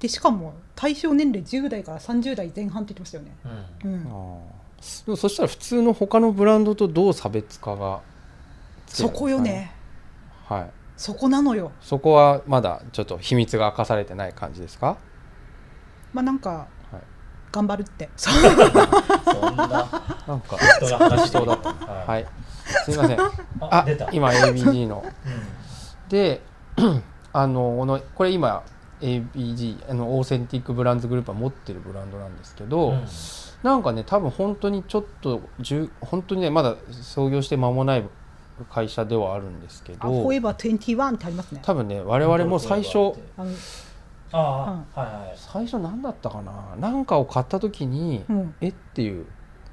A: でしかも対象年齢10代から30代前半って言ってましたよね、
B: うん
A: う
D: あ
A: ん、
D: ーでもそしたら普通の他のブランドとどう差別化がつけ
A: そ
D: られるんですかね
A: こよね
D: はい
A: そこなのよ
D: そこはまだちょっと秘密が明かされてない感じですか
A: まあなんか、
D: はい
A: 頑張るって
B: そんな
D: なんか
B: 人の話で
D: そうだった
B: は
D: はいいすいません
B: あ
D: あ
B: 出た
D: 今 ABG の
B: う
D: で あのこのこれ今 ABG あのオーセンティックブランズグループは持ってるブランドなんですけど、
B: んうん
D: なんかね多分本当にちょっと10本当にねまだ創業して間もない会社ではあるんですけ
A: あフォーエ
D: ど
A: バー21ってありますね
D: 多分ね我々も最初
A: あの
B: ああはいはい
D: 最初何だったかななんかを買った時に、
A: うん
D: えっていう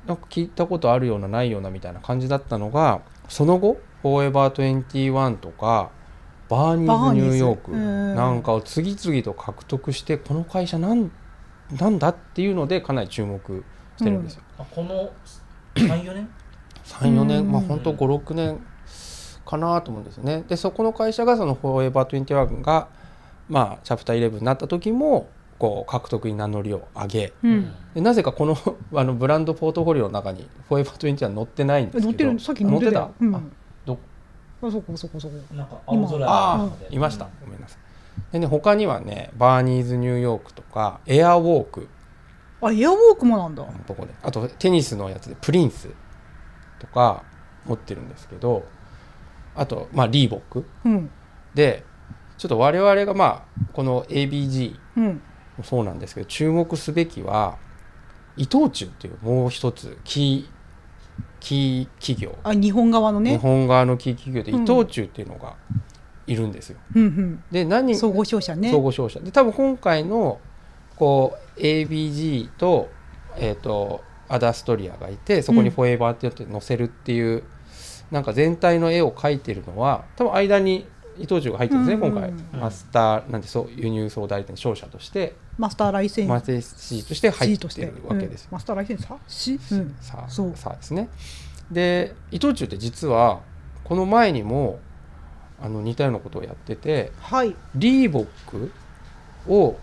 D: なんか聞いたことあるようなないようなみたいな感じだったのがその後「フォーエバー21」とか「バーニーズニューヨーク
A: バーニーズう」ん
D: なんかを次々と獲得してこの会社なんなんだっていうのでかなり注目してるんですよ。
B: あこの34年
D: 34
A: うん
D: 年まあ本当56年かなと思うんですよね。でそこの会社がその「フォーエバー21」がまあチャプター11になった時もこう獲得に名乗りを上げ
A: う、
B: うん
D: でなぜかこの あのブランドポートフォリオの中にフォーエバー20は載ってないんですけど
A: 乗ってるさっき乗ってたよ
D: 載
A: うん、
D: あ
A: あ
D: ど
A: そこそこそこ
B: なんか青空の
D: あ
B: 中で
D: あいました、ごめんなさいでね他にはねバーニーズニューヨークとかエアウォーク
A: あエアウォークもなんだ、
D: とこであとテニスのやつでプリンスとか持ってるんですけどあとまあリーボック
A: うん
D: でちょっと我々がまあこの ABG
A: うん、
D: もそうなんですけど注目すべきは伊藤忠っていうもう一つキーキー企業
A: あ日本側の
D: 日
A: ね、
D: 本側のキー企業で
A: う
D: 伊
A: ん
D: 藤忠っていうのがいるんですよ。
A: うん
D: で
A: う
D: 何
A: ん、総合商社ね
D: 総合商社で多分今回のこう ABG と,、えー、とアダストリアがいてそこに「フォーエバー」ってやって載せるっていう、なんか全体の絵を描いてるのは多分間に伊藤忠が入ってるんですね、
A: うん
D: 今回
A: うん
D: マスターなんてそう輸入総代理店商社として
A: マスターライセン
D: マスターシーとして入
A: C
D: っ
A: としてて
D: るわけで
A: う
D: すよ
A: ん、マスターライセンサー C、うん、
D: さあ
A: そう
D: さあですねで伊藤忠って実はこの前にもあの似たようなことをやってて
A: はい
D: リーボックを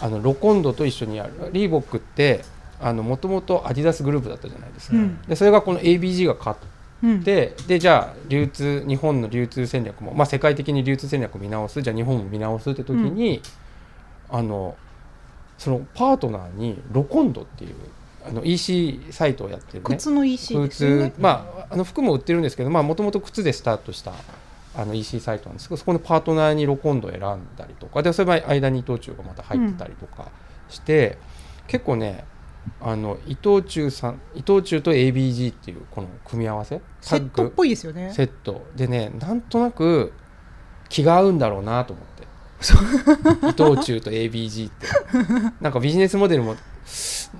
D: あのロコンドと一緒にあるリーボックってもともとアディダスグループだったじゃないですか、
A: うん
D: でそれがこの ABG が買っ
A: うん
D: ででじゃあ流通日本の流通戦略も、まあ、世界的に流通戦略を見直すじゃあ日本も見直すって時に、あのそのパートナーにロコンドっていうあの EC サイトをやってるね
A: 靴の EC
D: 靴
A: ですよね。
D: まあ、あの服も売ってるんですけどもともと靴でスタートしたあの EC サイトなんですけどそこのパートナーにロコンドを選んだりとかでそれも間に伊藤忠がまた入ってたりとかして、結構ねあの伊藤忠さん伊藤忠と ABG っていうこの組み合わせ
A: セットっぽいですよね。
D: セットでねなんとなく気が合うんだろうなと思 って伊藤忠と ABG ってなんかビジネスモデルも、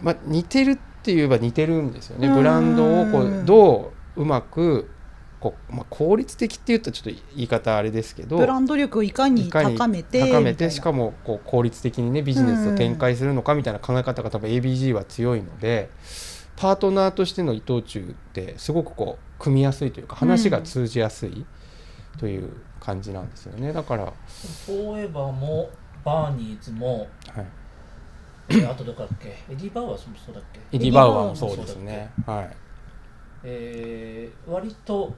D: まあ、似てるって言えば似てるんですよね
A: うん
D: ブランドをこうどううまくこう、まあ、効率的って言ったらちょっと言い方あれですけど
A: ブランド力をいかに
D: いかに
A: 高めて
D: 高めてしか
A: も
D: もこう効率的にねビジネスを展開するのかみたいな考え方が多分 ABG は強いのでパートナーとしての伊藤忠ってすごくこう組みやすいというか話が通じやすいという感じなんですよねだから、は
B: フォーエバーもバーニーズも、
D: い、
B: えーあとどこだっけエディ・バウアーもそうだっけ
D: エディ・バウアーもそうですね。はい、
B: えー割と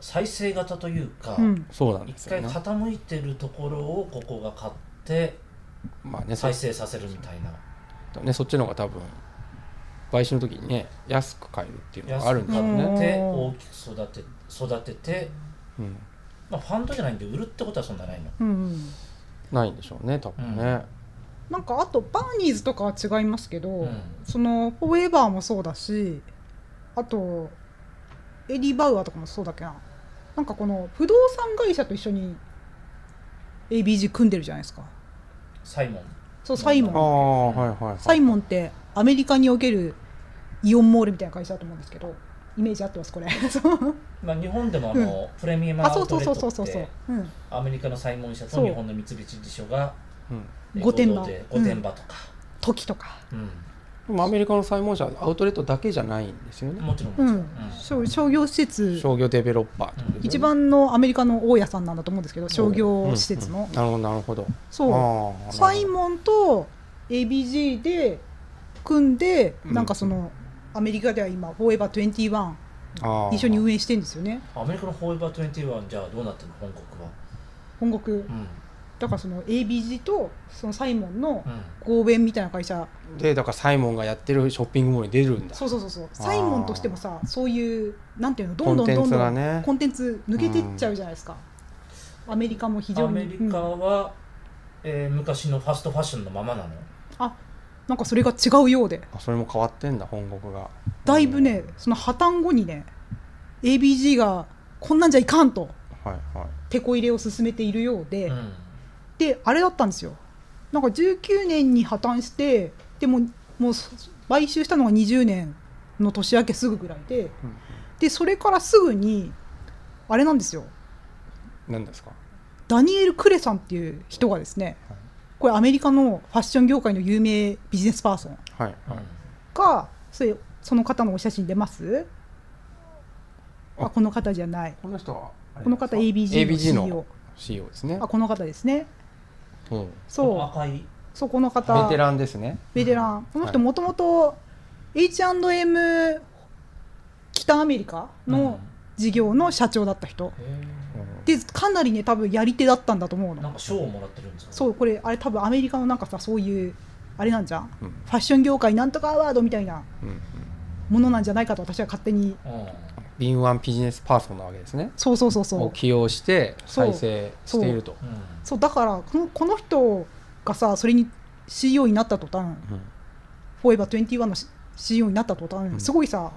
B: 再生型というか、
A: うん、
D: そうなんです
B: 一回
D: よね。
B: 傾いてるところをここが買って
D: まあねそ
B: 再生させるみたいな
D: ねそっちの方が多分買収の時にね安く買えるっていうのがあるんでしょう
A: 安
D: ね
A: く。
B: で
A: うん
B: 大きく育て育てて、
D: うん、
B: まあ、ファンドじゃないんで売るってことはそんなないの
A: うんうん、
D: ないんでしょうね多分ね。
A: なんかあとバーニーズとかは違いますけど、
B: うん
A: そのフォーエバーもそうだしあとエディ・バウアーとかもそうだっけななんかこの不動産会社と一緒に ABG 組んでるじゃないですか
B: サイモン
A: そうサイモ
D: あ
A: ン
D: あはいはい、はい。
A: サイモンってアメリカにおけるイオンモールみたいな会社だと思うんですけどイメージ合ってますこれ そう
B: まあ、日本でもあの、プレミアムア
A: あ
B: ウ
A: そうそ
B: ト
A: う
B: レ
A: そう
B: ッ
A: そ
B: ト
A: う
B: っ
A: そうそう
B: て、
A: うん、
B: アメリカのサイモン社
A: そ
B: と
A: う
B: 日本の三菱地所が
D: うん
B: えー
A: 御殿場
B: 合同で
A: う
B: 御
A: ん
B: 殿場とか、
A: 時とか、
B: うん
D: でもアメリカの債務者はアウトレットだけじゃないんですよね。
B: もちろんもち
A: う
B: ろん、
A: ん、商商業施設
D: 商業デベロッパーってことですよね
A: 一番のアメリカの大家さんなんだと思うんですけど商業施設の、
D: うんうんなるほどなるほど。
A: そう
D: あー
A: サイモンと ABG で組んで、
D: うん
A: なんかそのアメリカでは今フォーエバー21
D: あー
A: 一緒に運営してんですよね
B: アメリカのフォーエバー21じゃあどうなってるの本国は、
A: 本国
B: うん
A: だからその ABG とそのサイモンの
B: うん
A: 合弁みたいな会社
D: でだからサイモンがやってるショッピングモールに出るんだ。
A: そうそうそうそうサイモンとしてもさそういうなんていうのど
D: コ
A: んどん
D: ンテ
A: ど
D: ン
A: ん
D: ツ
A: ど
D: が
A: ん
D: ね
A: コ。ンテンツ抜けてっちゃうじゃないですか、アメリカも非常
B: ア
A: に
B: メリカ
A: うん
B: は、えー昔のファストファッションのままなの
A: なんかそれが違うようで
D: あそれも変わってんだ本国が。
A: だいぶねその破綻後にね ABG がこんなんじゃいかんと
D: はいはい。
A: 手こ入れを進めているようで、
B: うん
A: であれだったんですよなんか19年に破綻してでももうそ買収したのが20年の年明けすぐぐらいで
D: うん
A: でそれからすぐにあれなんですよ
D: 何ですか。
A: ダニエル・クレさんっていう人がですね
D: はい
A: これアメリカのファッション業界の有名ビジネスパーソン
D: はいはい。
A: がそれその方のお写真出ますあこの方じゃない
D: この人はあれ
A: この方
D: ですか
A: ABG の
D: ABG の
A: CEO
D: CEO ですね
A: あ。この方ですね
D: うん。ベ
B: この
A: そ
B: 赤い、
A: うそうこの方
D: テランですね。
A: ベテラン、この人
D: はい
A: もともと H&M 北アメリカの事業の社長だった人、
D: うん
A: でかなりね多分やり手だったんだと思う
B: うんな
A: の
B: んか賞をもらってるんですか
A: そうこれあれ多分アメリカのなんかさそういうあれなんじゃん
D: うん
A: ファッション業界なんとかアワードみたいな
D: うんうん。
A: ものなんじゃないかと私は勝手に
B: うん
D: 敏腕ビジネスパーソンなわけですね。
A: そうそうそうそ
D: を
A: う
D: 起用して
A: そう
D: 再生していると。
B: うん
A: そうだからこのこの人がさそれに CEO になった途端
D: うん
A: フォーエバー21の CEO になった途
D: うん
A: 端すごいさ、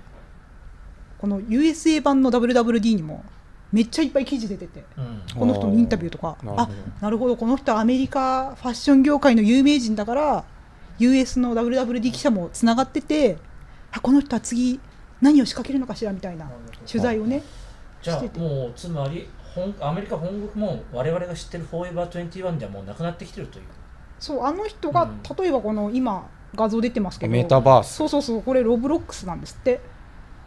A: この USA 版の WWD にもめっちゃいっぱい記事出てて
B: うん
A: この人のインタビューとか
D: なるほ
A: あ
D: ど
A: なるほどこの人はアメリカファッション業界の有名人だから US の WWD 記者もつながっててあこの人は次何を仕掛けるのかしらみたいな取材をね
B: じゃ
A: して
B: あ
A: て
B: もうつまり本アメリカ本国も我々が知ってるフォーエバー21ではもうなくなってきてるという
A: そうあの人が
B: うん
A: 例えばこの今画像出てますけど
D: メタバース
A: そうそうそうこれロブロックスなんですって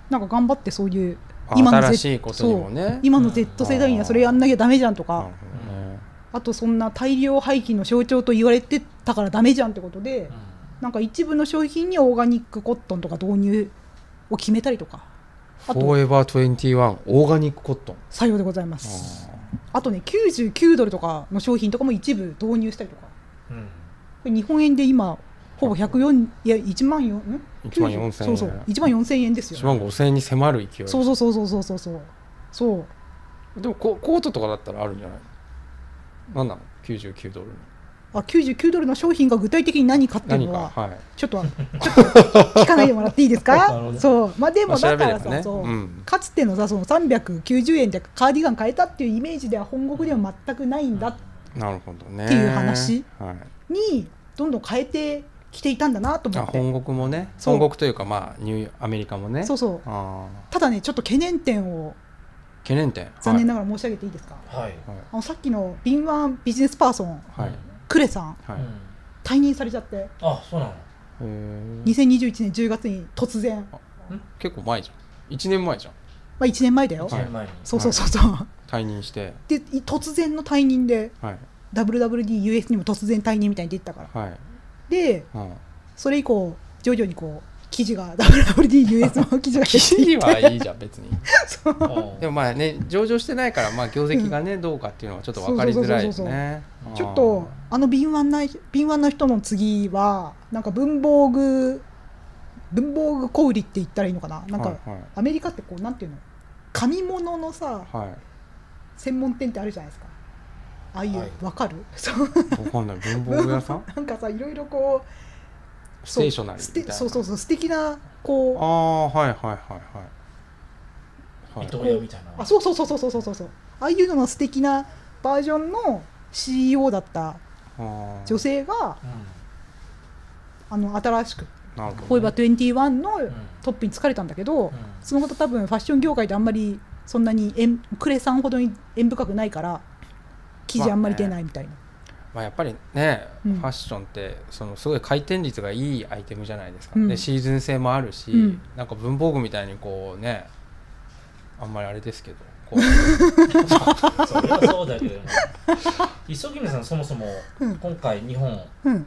A: なんか頑張ってそういう今の Z-
D: 新しいことにもね。
A: 今の Z 世代にはそれやんなきゃダメじゃんと
D: なる
A: か
D: ほどね
A: あとそんな大量廃棄の象徴と言われてたからダメじゃんってことで、なんか一部の商品にオーガニックコットンとか導入を決めたりとか
D: フ
A: あ
D: ォー
A: と
D: エバー21オーガニックコットン
A: さようでございますあとね99ドルとかの商品とかも一部導入したりとか
B: うん
A: これ日本円で今ほぼ104いや1万4ん
D: 1万4000
A: そうそう1万4000円です
D: 1
A: よ
D: 万5000円に迫る勢い
A: そうそうそうそうそうそうそうそう
D: でもココートとかだったらあるんじゃないなんなの99ドルの
A: あ99ドルの商品が具体的に何かっていう
D: 何
A: の
D: か
A: は
D: はい
A: ちょっとちょっと聞かないでもらっていいです
B: なるほ
A: か
B: ど
A: そうまあで
D: ま
A: も
D: あ調
A: だ
D: べ
A: か
D: れ
A: ら
D: ば
A: さ、
D: ね
A: そう、
D: うん
A: かつてのさその390円でカーディガン買えたっていうイメージでは本国では全くないんだ
D: なるほどね
A: っていう話
D: はい
A: にどんどん変えてきていたんだなと思
D: あ
A: って
D: 本国もね
A: そう
D: 本国というかまあニューアメリカもね
A: そうそう
D: ああ
A: ただねちょっと懸念点を
D: 懸念点
A: 残念ながら申し上げていいですか、
B: はい
D: はい
A: あのさっきの敏腕ビジネスパーソン
D: はい
A: クレさん
D: は
B: う
D: い
B: ん
A: 退任されちゃって
B: あそうなの
D: へー
A: 2021年10月に突然、ま
D: 結構前じゃん1年前じゃん
A: あ、1年前だよ、
B: 1年前に
A: そうそうそうそう、
D: 退任して
A: でい突然の退任で
D: はい
A: WWDUS にも突然退任みたいに出てたから
D: はい
A: で
D: うん
A: それ以降徐々にこう記事が WWDUS の記事が
D: 記
A: 出て
D: 事はいいじゃん別に
B: あー
D: でもまあね上場してないからまあ業績がねどうかっていうのはちょっと分かりづらいですねあ ー
A: ちょっとあの敏腕な敏腕な人の次はなんか文房具文房具小売りって言ったらいいのかななんか、
D: はいはい
A: アメリカってこうなんていうの紙物のさ
D: はい
A: 専門店ってあるじゃないですかああいうわ、
B: はい
A: かるそう
D: わかんない 文房具屋 さん
A: なんかさいろいろこう
D: ステーショナリー
A: そ
D: み
A: うすて
D: たいな
A: そうそうそう素敵なこう
D: ああはいはいはいはい
B: 伊
D: はい
B: 藤屋みたいな
A: あそうそうそうそうそうそうそうそうああいうのの素敵なバージョンの CEO だった
D: あー
A: 女性が
B: うん
A: あの新しく
D: なるほど
A: フォーエバー21の
B: うん
A: トップに就かれたんだけど、
B: うん
A: その方多分ファッション業界であんまりそんなに縁クレさんほどに縁深くないから記事あんまり出ないみたいな、
D: まあやっぱりね、
A: うん
D: ファッションってそのすごい回転率がいいアイテムじゃないですか、
A: うん
D: でシーズン性もあるし、
A: うん
D: なんか文房具みたいにこうねあんまりあれですけどこ う
B: それはそうだけどね磯君さんそもそも
A: うん
B: 今回日本、
A: うん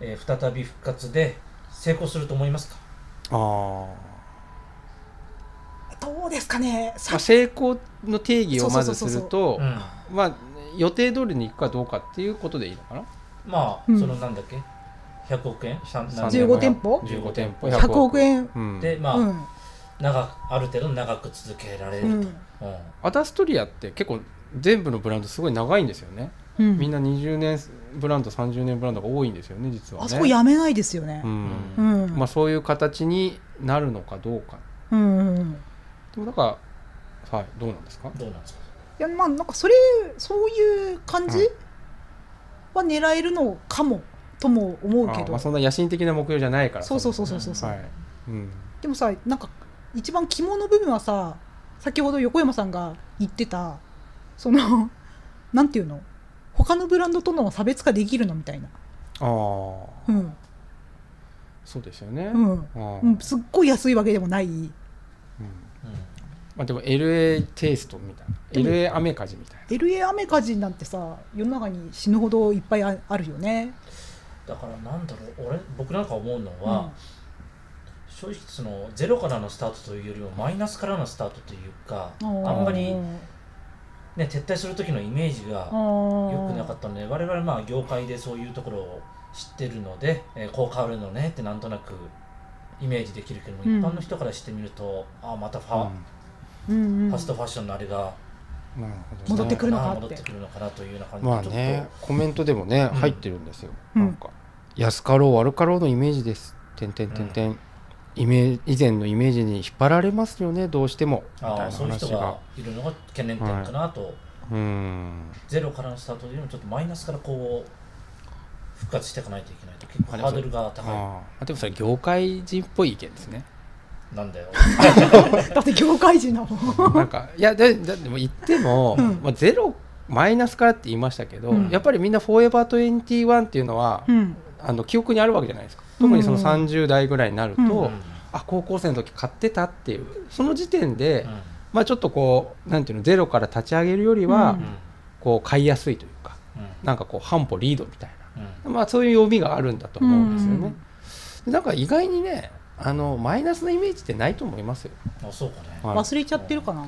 B: えー再び復活で成功すると思いますか
D: あ
A: どうですかね
D: ー、ま
A: さ
D: あ、成功の定義をまずす
A: そ
D: る
A: うそうそう
D: と
B: うん
D: まあ予定通りにいくかどうかっていうことでいいのかな
B: まあ、
A: うん
B: そのなんだっけ100億円さんなんだっけ
A: 15
D: 3
A: 店舗
D: 15店舗
A: 100億円、
D: うん、
B: でまあ、
A: うん
B: 長くある程度長く続けられ
A: う
B: ると、うん
A: ん
D: アダストリアって結構全部のブランドすごい長いんですよね、
A: うん
D: みんな20年ブランド30年ブランドが多いんですよね実はね
A: あそこやめないですよね
D: う、
A: うんん
D: まあ、そういう形になるのかどうか
A: うんうんうん
D: でもだからはいどうなんですか
B: どうなんですか
A: いやまあなんかそれそういう感じ、
D: うん
A: は狙えるのかもとも思うけ
D: あ
A: ど、
D: まあ、そんな野心的な目標じゃないから
A: そうそうそう
D: そ
A: そうそうそう、
D: はいうん
A: でもさなんか一番肝の部分はさ先ほど横山さんが言ってたその なんていうの他のブランドとの差別化できるのみたいな、
D: ああ
A: うん
D: そうですよね、
A: う
D: あ
A: ん
D: ー
A: うん、すっごい安いわけでもない、
D: うん
B: う
D: まあ、でも LA テイストみた
A: で
D: いな
A: も
D: LA アメカジみたい
A: LA アメカジンなんてさ世の中に死ぬほどいっぱいああるよね。
B: んだからなんだろう俺僕なんか思うの
A: うん
B: は、正直そのゼロからのスタートというよりもマイナスからのスタートというかあんまり、ね、撤退する時のイメージが良
A: 良
B: くなかったので我々まあ業界でそういうところを知ってるので、えーこう変わるのねってなんとなくイメージできるけども、
A: うん
B: 一般の人からしてみるとああまたフ
D: な、
B: ァ,、
A: うんうん
B: ファストファッションのあれが
D: うんなるほ
A: 戻
D: どね
A: ってくるのかって
B: 戻ってくるのかなというような感じで
D: まあねコメントでもね、入ってるんですよ、
A: うん
D: なんか「安かろう悪かろうのイメージです」てんてんてんてんイメージ以前のイメージに引っ張られますよねどうしてもみ
B: ちょっと
D: たい
B: あ
D: な
B: あそういう人
D: 話
B: が
D: が
B: いるのが懸念点かなと、
D: うーん
B: ゼロからのスタートよりもちょっとマイナスからこう復活していかないといけないと結構ハードルが高
D: ああでもそれ業界人っぽい意見ですね
B: いなんだよ、
A: だって業界人だもん。
D: なんか いやでででも言っても、
A: うん
D: まあ、ゼロマイナスからって言いましたけど、
A: うん
D: やっぱりみんな「フォーエバー21」っていうのは、
A: うん
D: あの記憶にあるわけじゃないですか特にその
A: うん
D: 30代ぐらいになると、
A: うん
B: うん
D: あ高校生の時買ってたっていうその時点で、
B: うん
D: まあ、ちょっとこうなんていうのゼロから立ち上げるよりは、
A: うん
D: こう買いやすいというか
B: う
D: なんかこう半歩リードみたい
B: うん
D: な、まあ、そういう読みがあるんだと思うんですよ
A: う
D: ね
A: ん。
D: でなんか意外にねあのマイナスなイメージってないと思いますよ。
B: うんあそうかね
D: はい
A: 忘れちゃってるかな。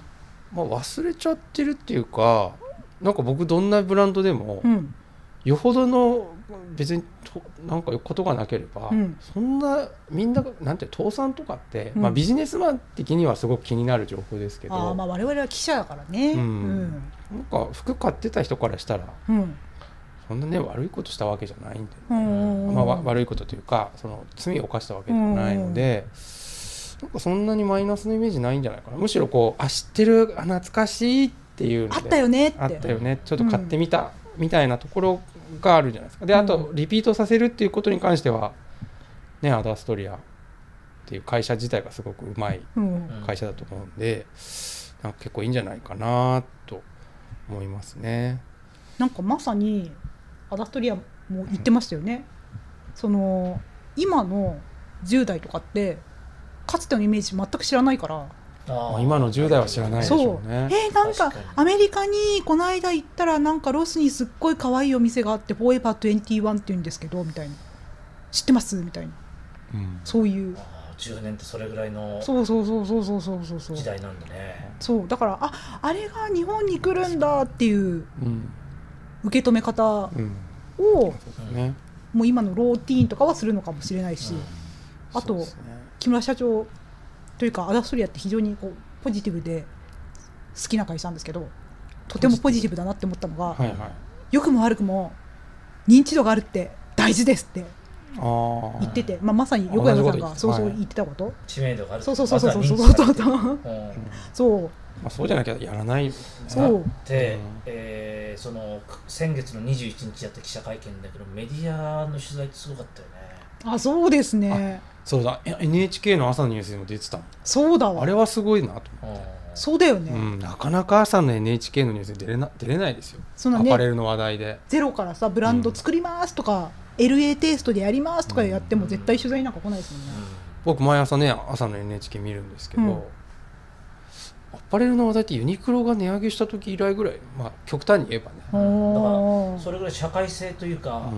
D: まあ、忘れちゃってるっていうかなんか僕どんなブランドでも
A: うん。
D: よほどの別にとなんかことがなければ、
A: うん
D: そんなみんななんて倒産とかって、
A: うん
D: まあ、ビジネスマン的にはすごく気になる情報ですけど、
A: ああ、まあ我々は記者だからね。う
D: うんん。なんか服買ってた人からしたら
A: うん。
D: そんなね悪いことしたわけじゃないんで、
A: うん。うん
D: まあ、わ悪いことというかその罪を犯したわけじゃないので、なんかそんなにマイナスのイメージないんじゃないかなむしろこうあ知ってるあ懐かしいっていうので
A: あったよねって。
D: あったよねちょっと買ってみた、みたいなところがあるじゃないですかであとリピートさせるっていうことに関してはねアダストリアっていう会社自体がすごくうまい
A: うん。
B: うん
D: 会社だと思うんで、なんか結構いいんじゃないかなと思いますね。
A: なんかまさにアダストリアも言ってましたよね、その今の10代とかってかつてのイメージ全く知らないから、
B: あ
D: まあ
B: ー
D: 今の10代は知らないでし
A: そ
D: ょ
A: う
D: うね。
A: えーなんか
B: 確かに
A: アメリカにこの間行ったらなんかロスにすっごい可愛いお店があって「フォーエバー21」って言うんですけどみたいな「知ってます?」みたいな
D: うん
A: そういう
B: あー10年ってそれぐらいの
A: そうそうそうそうそうそうそうそう
B: 時代なんだね
A: そうだからああれが日本に来るんだっていう
D: うん
A: 受け止め方を
D: うん
B: うん
D: ね、
A: もう今のローティーンとかはするのかもしれないし。あと
D: そうですね
A: 木村社長というかアダストリアって非常にこうポジティブで好きな会社なんですけどとてもポジティブだなって思ったのが、
D: はいはい。
A: 良くも悪くも認知度があるって大事ですって
D: あ
A: 言っ
D: あ、
A: てて、まあ、まさに横山さん
D: 同
A: が
D: じこと
A: そうそう
D: 言ってたはい
A: 言ってたこと、
B: 知名度がある
A: そうそうそうそうそうそう
B: まずは
A: そうそう
B: 認知されてるうん
D: うんま
A: そう
D: あそうじゃなきゃやらないよね。
A: そう
B: で、
D: うん
B: えーそのく先月の21日やった記者会見だけどメディアの取材ってすごかったよね
A: あそうですね
D: そうだ。え NHK の朝のニュースにも出てたもん。
A: そうだ
D: あれ
A: わ
D: はすごいなと
B: う
D: 思
B: ん
D: って。
A: そうだよね、
D: うん、なかなか朝の NHK のニュースに出れな出れないですよ、
A: その
D: アパレ
A: ね
D: ルの話題で。
A: ゼロからさブランド作りますとか、LA テイストでやりますとかやっても絶対取材なんか来ないですもんね、
D: 僕、毎朝ね、朝の NHK 見るんですけど、
A: うん
D: アパレルの話題ってユニクロが値上げした時以来ぐらい、まあ、極端に言えばね、
B: うん
A: お
B: うん
A: ー
B: それぐらい社会性というか、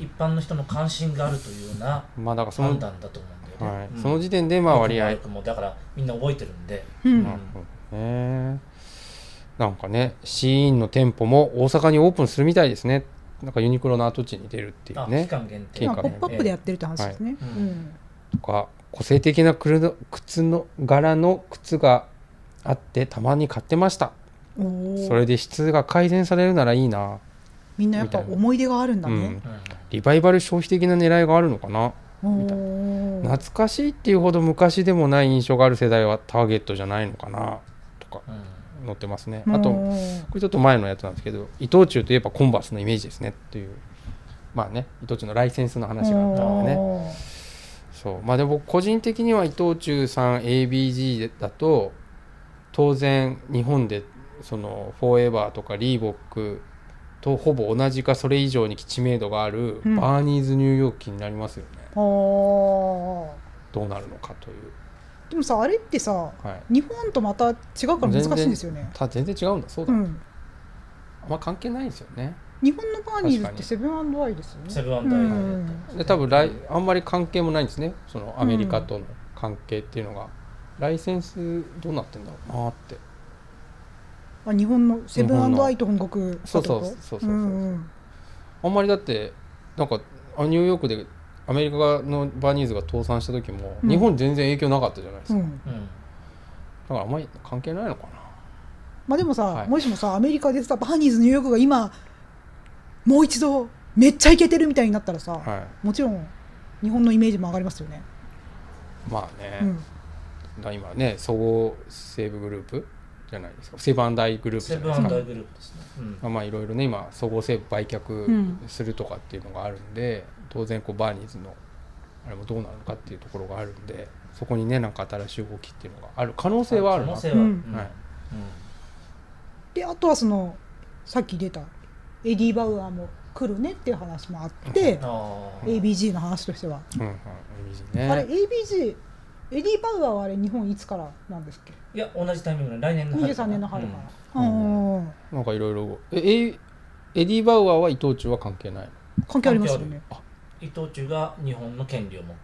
D: う
B: 一般の人の関心があるというような
D: まあ、だからその,、
B: 判断だと思うんだよね、
D: はい
B: うん
D: その時点でまあ割合、
B: 良くも悪くもだからみんな覚えてるんで、
A: うん
D: なるほどね。なんかね、シーインの店舗も大阪にオープンするみたいですね、なんかユニクロの跡地に出るってい
B: あ
D: う
B: 期
D: ね、
B: 間限定
D: い
A: ま
D: い
A: あ
D: か
A: ポ
D: ね
A: ップアップでやってるって話ですね。
B: はいう
A: うんん
D: とか、個性的な靴の靴の柄の靴があって、たまに買ってました。
A: おー
D: それで質が改善されるならいいな、
A: みんなやっぱ思い出があるんだね。
B: うん
D: リバイバル消費的な狙いがあるのかな、みたい
A: おー
D: 懐かしいっていうほど昔でもない印象がある世代はターゲットじゃないのかなとか
B: うん
D: 載ってますねあとこ
A: お
D: れちょっと前のやつなんですけど伊藤忠といえばコンバースのイメージですねっていうまあね伊藤忠のライセンスの話があった
A: ー
D: のでねそうまあでも僕個人的には伊藤忠さん ABG だと当然日本でそのフォーエバーとかリーボックとほぼ同じかそれ以上に知名度がある
A: うん
D: バーニーズニューヨーク気になりますよね、
A: おー
D: どうなるのかという、
A: でもさあれってさ
D: はい、
A: 日本とまた違うから難しいんですよね。
D: た全然違うんだそう
A: う
D: だ、
A: ん、
D: あんま関係ないんですよね
A: 日本のバーニーズっ
D: 確か
A: て
D: に
A: セブンアイですよ
B: セ
A: ね。
B: ブンア
A: う
B: ンダイ
A: ん、
D: で多分来あんまり関係もないんですねそのアメリカとの関係っていうのが、ライセンスどうなってんだろうなって
A: あ日本のセブンアイと本国
D: そうそうそうそうそう
A: うん
D: あんまりだってなんかあニューヨークでアメリカのバーニーズが倒産した時も、
A: うん
D: 日本全然影響なかったじゃないです
A: う
D: か、
A: ん、
B: うん
D: だからあんまり関係ないのか
A: まあでもさ、
D: はい
A: もしもさアメリカでさバーニーズニューヨークが今もう一度めっちゃイケてるみたいになったらさ、
D: なはい
A: もちろん日本のイメージも上がりますよね。
D: まあね、
A: うん、
D: だから今ね総合西武グループじゃないですかセブンアンダイグループじ
B: セ
D: ゃ
B: ブン
D: な
B: ア
D: いです
B: ン
D: か
B: ダイグループですね、うん
D: まあまあいろいろね今総合西武売
A: うん
D: 却するとかっていうのがあるんで、当然こうバーニーズのあれもどうなるのかっていうところがあるんでそこにねなんか新しい動きっていうのがある可能性はある
B: 可
D: な
B: 能性
A: う
B: は、
A: ん
B: うん
D: はい
A: であとはそのさっき出たエディ・バウアーも来るねっていう話もあって
B: うん、あー
A: ABG の話としては、
D: うんうんいいね
A: あれ ABG エディ・バウアーはあれ日本いつからなんですっけ
B: いや同じタイミングで来年の春か
A: 23
B: な
A: 年の春か
B: う
A: ら、
B: ん
A: うんうんうん
D: なんかいろいろえエディ・バウアーは伊藤忠は関係ない
A: 関係ありますよね
B: 伊藤忠が日本の権利をも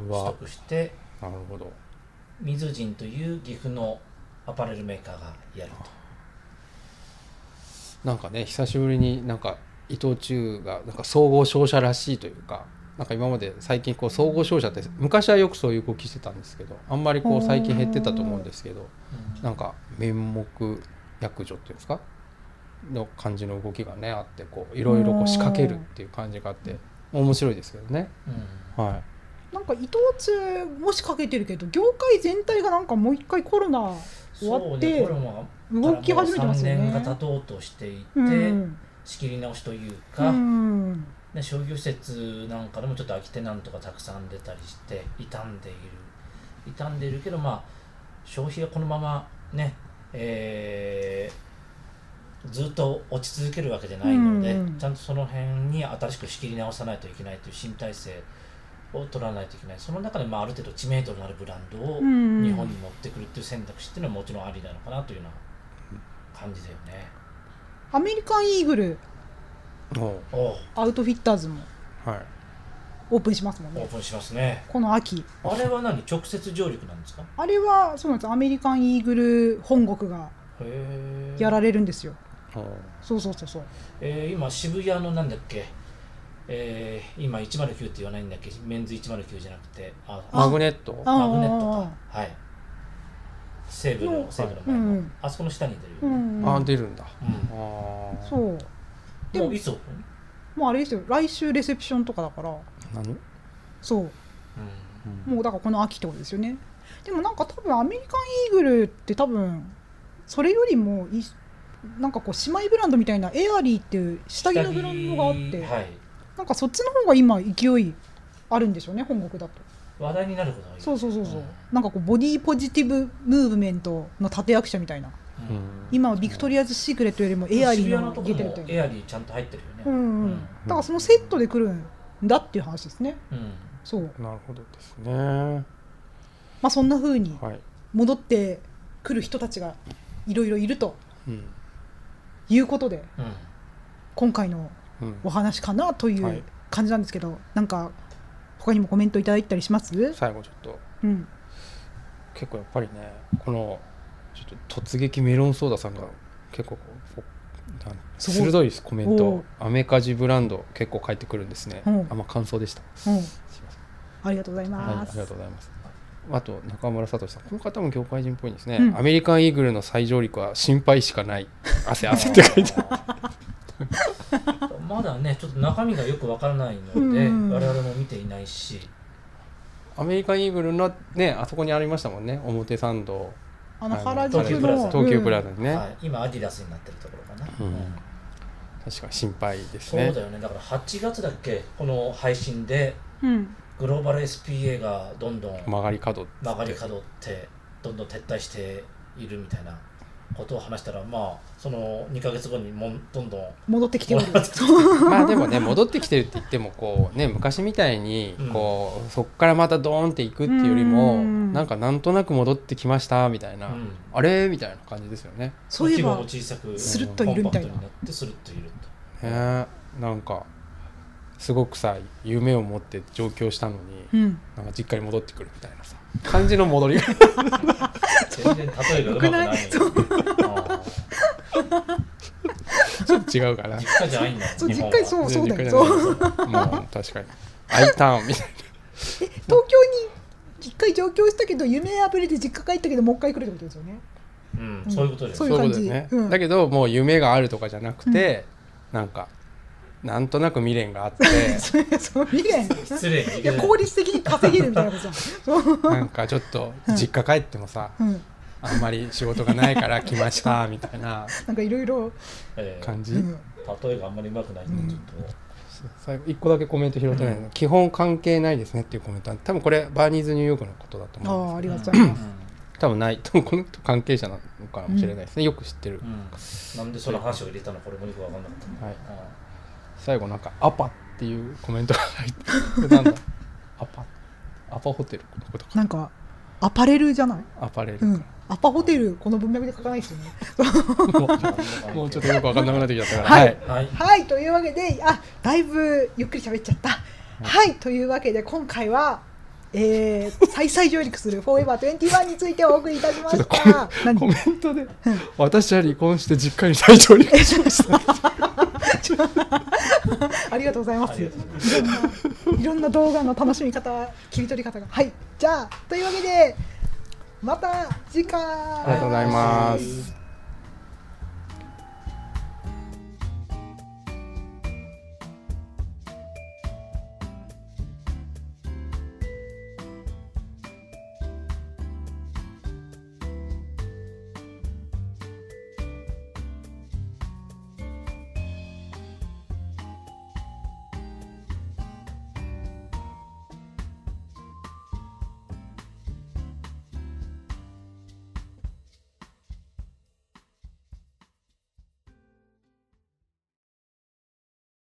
D: う
B: 取
D: わ
B: 得して
D: なるほど
B: 水陣という岐阜のアパレルメーカーがやると
D: なんかね久しぶりになんか伊藤忠がなんか総合商社らしいというかなんか今まで最近こう総合商社って昔はよくそういう動きしてたんですけどあんまりこう最近減ってたと思うんですけど
B: うん
D: なんか面目役所っていうんですかの感じの動きがねあってこういろいろこう仕掛けるっていう感じがあって面白いですけどね。
B: うん
D: は
A: なんか伊藤忠もしかけてるけど業界全体がなんかもう一回コロナ終わって
B: そうねコロナが
A: 動き始めてますよ
B: 3年が
A: ね。
B: 経とうとしていて、
A: うん
B: 仕切り直しという
A: う
B: か、
A: ん
B: ね、商業施設なんかでもちょっと空きテナントがたくさん出たりして傷んでいる傷んでいるけどまあ消費がこのままね、えーずっと落ち続けるわけじゃないので、
A: うんうん
B: ちゃんとその辺に新しく仕切り直さないといけないという新体制を取らないといけないその中で、まあ、ある程度知名度のあるブランドを
A: うん
B: 日本に持ってくるっていう選択肢っていうのはもちろんありなのかなというような感じだよね。
A: アメリカンイーグル
D: い、も
B: おう
A: アウトフィッターズも
D: うはい
A: オープンしますもん
B: オー
A: ね
B: プンしますね。
A: この秋
B: あれは何直接上陸なんですか
A: あれはそうなんですアメリカンイーグル本国が
B: へー
A: やられるんですよ
D: おー
A: そうそうそうそう
B: えー今渋谷のなんだっけ、えー今109って言わないんだっけメンズ109じゃなくてあ
D: マグネット
A: あ
B: マグネット
A: あ
B: かはい西武
A: う
B: の
A: ん
B: 西武の前の、
A: うん
B: あそこの下に出るよ
A: う
B: ね、
A: ん
D: あ出るんだあ
B: う
D: ー
A: そうで
B: でも
A: も
B: ういつオープン、
A: もうあれですよ来週レセプションとかだから
D: 何
A: そう
B: うん
A: もうだからこの秋ってことですよねでもなんか多分アメリカンイーグルって多分それよりもいなんかこう姉妹ブランドみたいなエアリーっていう下着のブランドがあって、
B: はい、
A: なんかそっちの方が今勢いあるんでしょうね本国だと
B: 話題になることがいい
A: そうそうそうそう、
B: ん
A: なんかこうボディーポジティブムーブメントの立役者みたいな
B: う
D: うんん
A: 今はビクトリアズ・シークレットよりもエアリーの方が出てると
B: 渋谷のとこも
A: いう
B: エアリーちゃんと入ってるよね
A: うんうん
B: う
A: うんんだからそのセットで来るんだっていう話ですね
B: うん
A: そう
D: なるほどですねは
A: まあそんな風に
D: い、
A: 戻ってくる人たちがいろいろいると
D: うん
A: いうことで
B: うん
A: 今回の
D: うん
A: お、話かなとい
D: はいう
A: 感じなんですけど、なんか他にもコメントいただいたりします、
D: 最後ちょっと
A: うん、
D: 結構やっぱりねこのちょっと突撃メロンソーダさんが結構こうこうなん
A: すごい
D: 鋭いですコメン
A: お
D: ト
A: う
D: アメカジブランド結構返ってくるんですね、
A: うん
D: あまあ感想でした
A: うん、
D: すいません
A: ありがとうござい
D: はい、あ
A: ま
D: り
A: す、
D: がとうございます。あと中村聡さん、この方も業界人っぽいですね、
A: うん
D: アメリカンイーグルの再上陸は心配しかない。汗 汗って書いてある。
B: まだねちょっと中身がよくわからないの
A: うん
B: で、
A: うん
B: 我々も見ていないし
D: アメリカンイーグルのね、あそこにありましたもんね、表参道、
A: あの
D: あの
A: 原宿
B: 東急ブラザ
A: の
B: ー
D: 東急ブラ
A: うん
D: ザにね、
B: はい、今アディダスになってるところかな、
D: うん確かに心配です
B: そう
D: ね
B: だ。よねだから8月だっけこの配信で
A: うん、
B: グローバル SPA がどんどん
D: 曲がり角。
B: 曲がり角ってどんどん撤退しているみたいなことを話したらまあその2ヶ月後にもんどんどん
A: 戻ってきておる
D: まあでもね、戻ってきてるって言っても、こうね、昔みたいに
B: うん、
D: こう、そこからまたドーンっていくっていうよりも、
A: うん
D: なんかなんとなく戻ってきましたみたいな、
B: うん
D: あれみたいな感じですよね。
A: そういえ
B: 規模
A: ば
B: も小さく
A: スルッといるみたいな
B: コンパクトになってスルッとい る
D: ねえなんかすごくさ夢を持って上京したのに
A: うん、
D: なんか実家に戻ってくるみたいなさ感じの戻りが
B: と全然例えがうまくない
A: よ
B: よあ
D: ちょっと違う かな
B: あ実家じゃないんだ
A: そう
B: 日
A: 実
B: 本は
A: 家そうそうだ
D: 実
A: よ
D: 家じゃない
A: そう
D: もう確かにアイターンみたい
A: 東京に一回上京したけど夢破れて実家帰ったけどもう一回来るってことですよ ね
B: うん、そういうことです
A: そう
D: な
A: いう
D: そうい
A: 感じ
D: うことだよね、
A: うん
D: だけどもう夢があるとかじゃなくて、なんかなんとなく未練があって
A: そう未練
B: 失礼に
A: いや効率的に稼げるみたいなことじゃんそう、
D: なんかちょっと実家帰ってもさ
A: うん、
D: あんまり仕事がないから来ましたみたいな
A: なんかいろいろ
B: ええ
D: 感じ、
B: 例えがあんまりうまくないんでちょっと、
D: 最後1個だけコメント拾ってないの、基本関係ないですねっていうコメント多分これバーニーズニューヨークのことだと
A: あ
D: 思うんですけど
A: あありがとうございます
D: 多分ない多 分この人関係者なのかもしれないですね、よく知ってる、
B: うんうんなんでその話を入れたのこれもよく分かんなかったな
D: はい、
B: あ
D: 最後なんか「アパ」っていうコメントが入ってこれなんだアパアパホテルのことか
A: なんかアパレルじゃない、
D: アパレル
A: う
D: か、
A: ん、アパホテルこの文脈で書かないですよね。
D: もうちょっとよくわかんなくなってきちゃった
A: は
D: からはいい、
B: はい
A: はいというわけであだいぶゆっくり喋っちゃった。はいというわけで今回は、えー、再々上陸する「フォーエバー21」についてお送りいたしま
D: ちょ
A: し
D: っとコメ
A: た。何
D: コメントで私は離婚して実家に体調に帰しました
A: ありがとうございます。
B: あり
A: い
B: がとうございま
A: ろんな、いろんな動画の楽しみ方、切り取り方が。はい、じゃあ、というわけで、また次回。あ
D: ありがとうございます。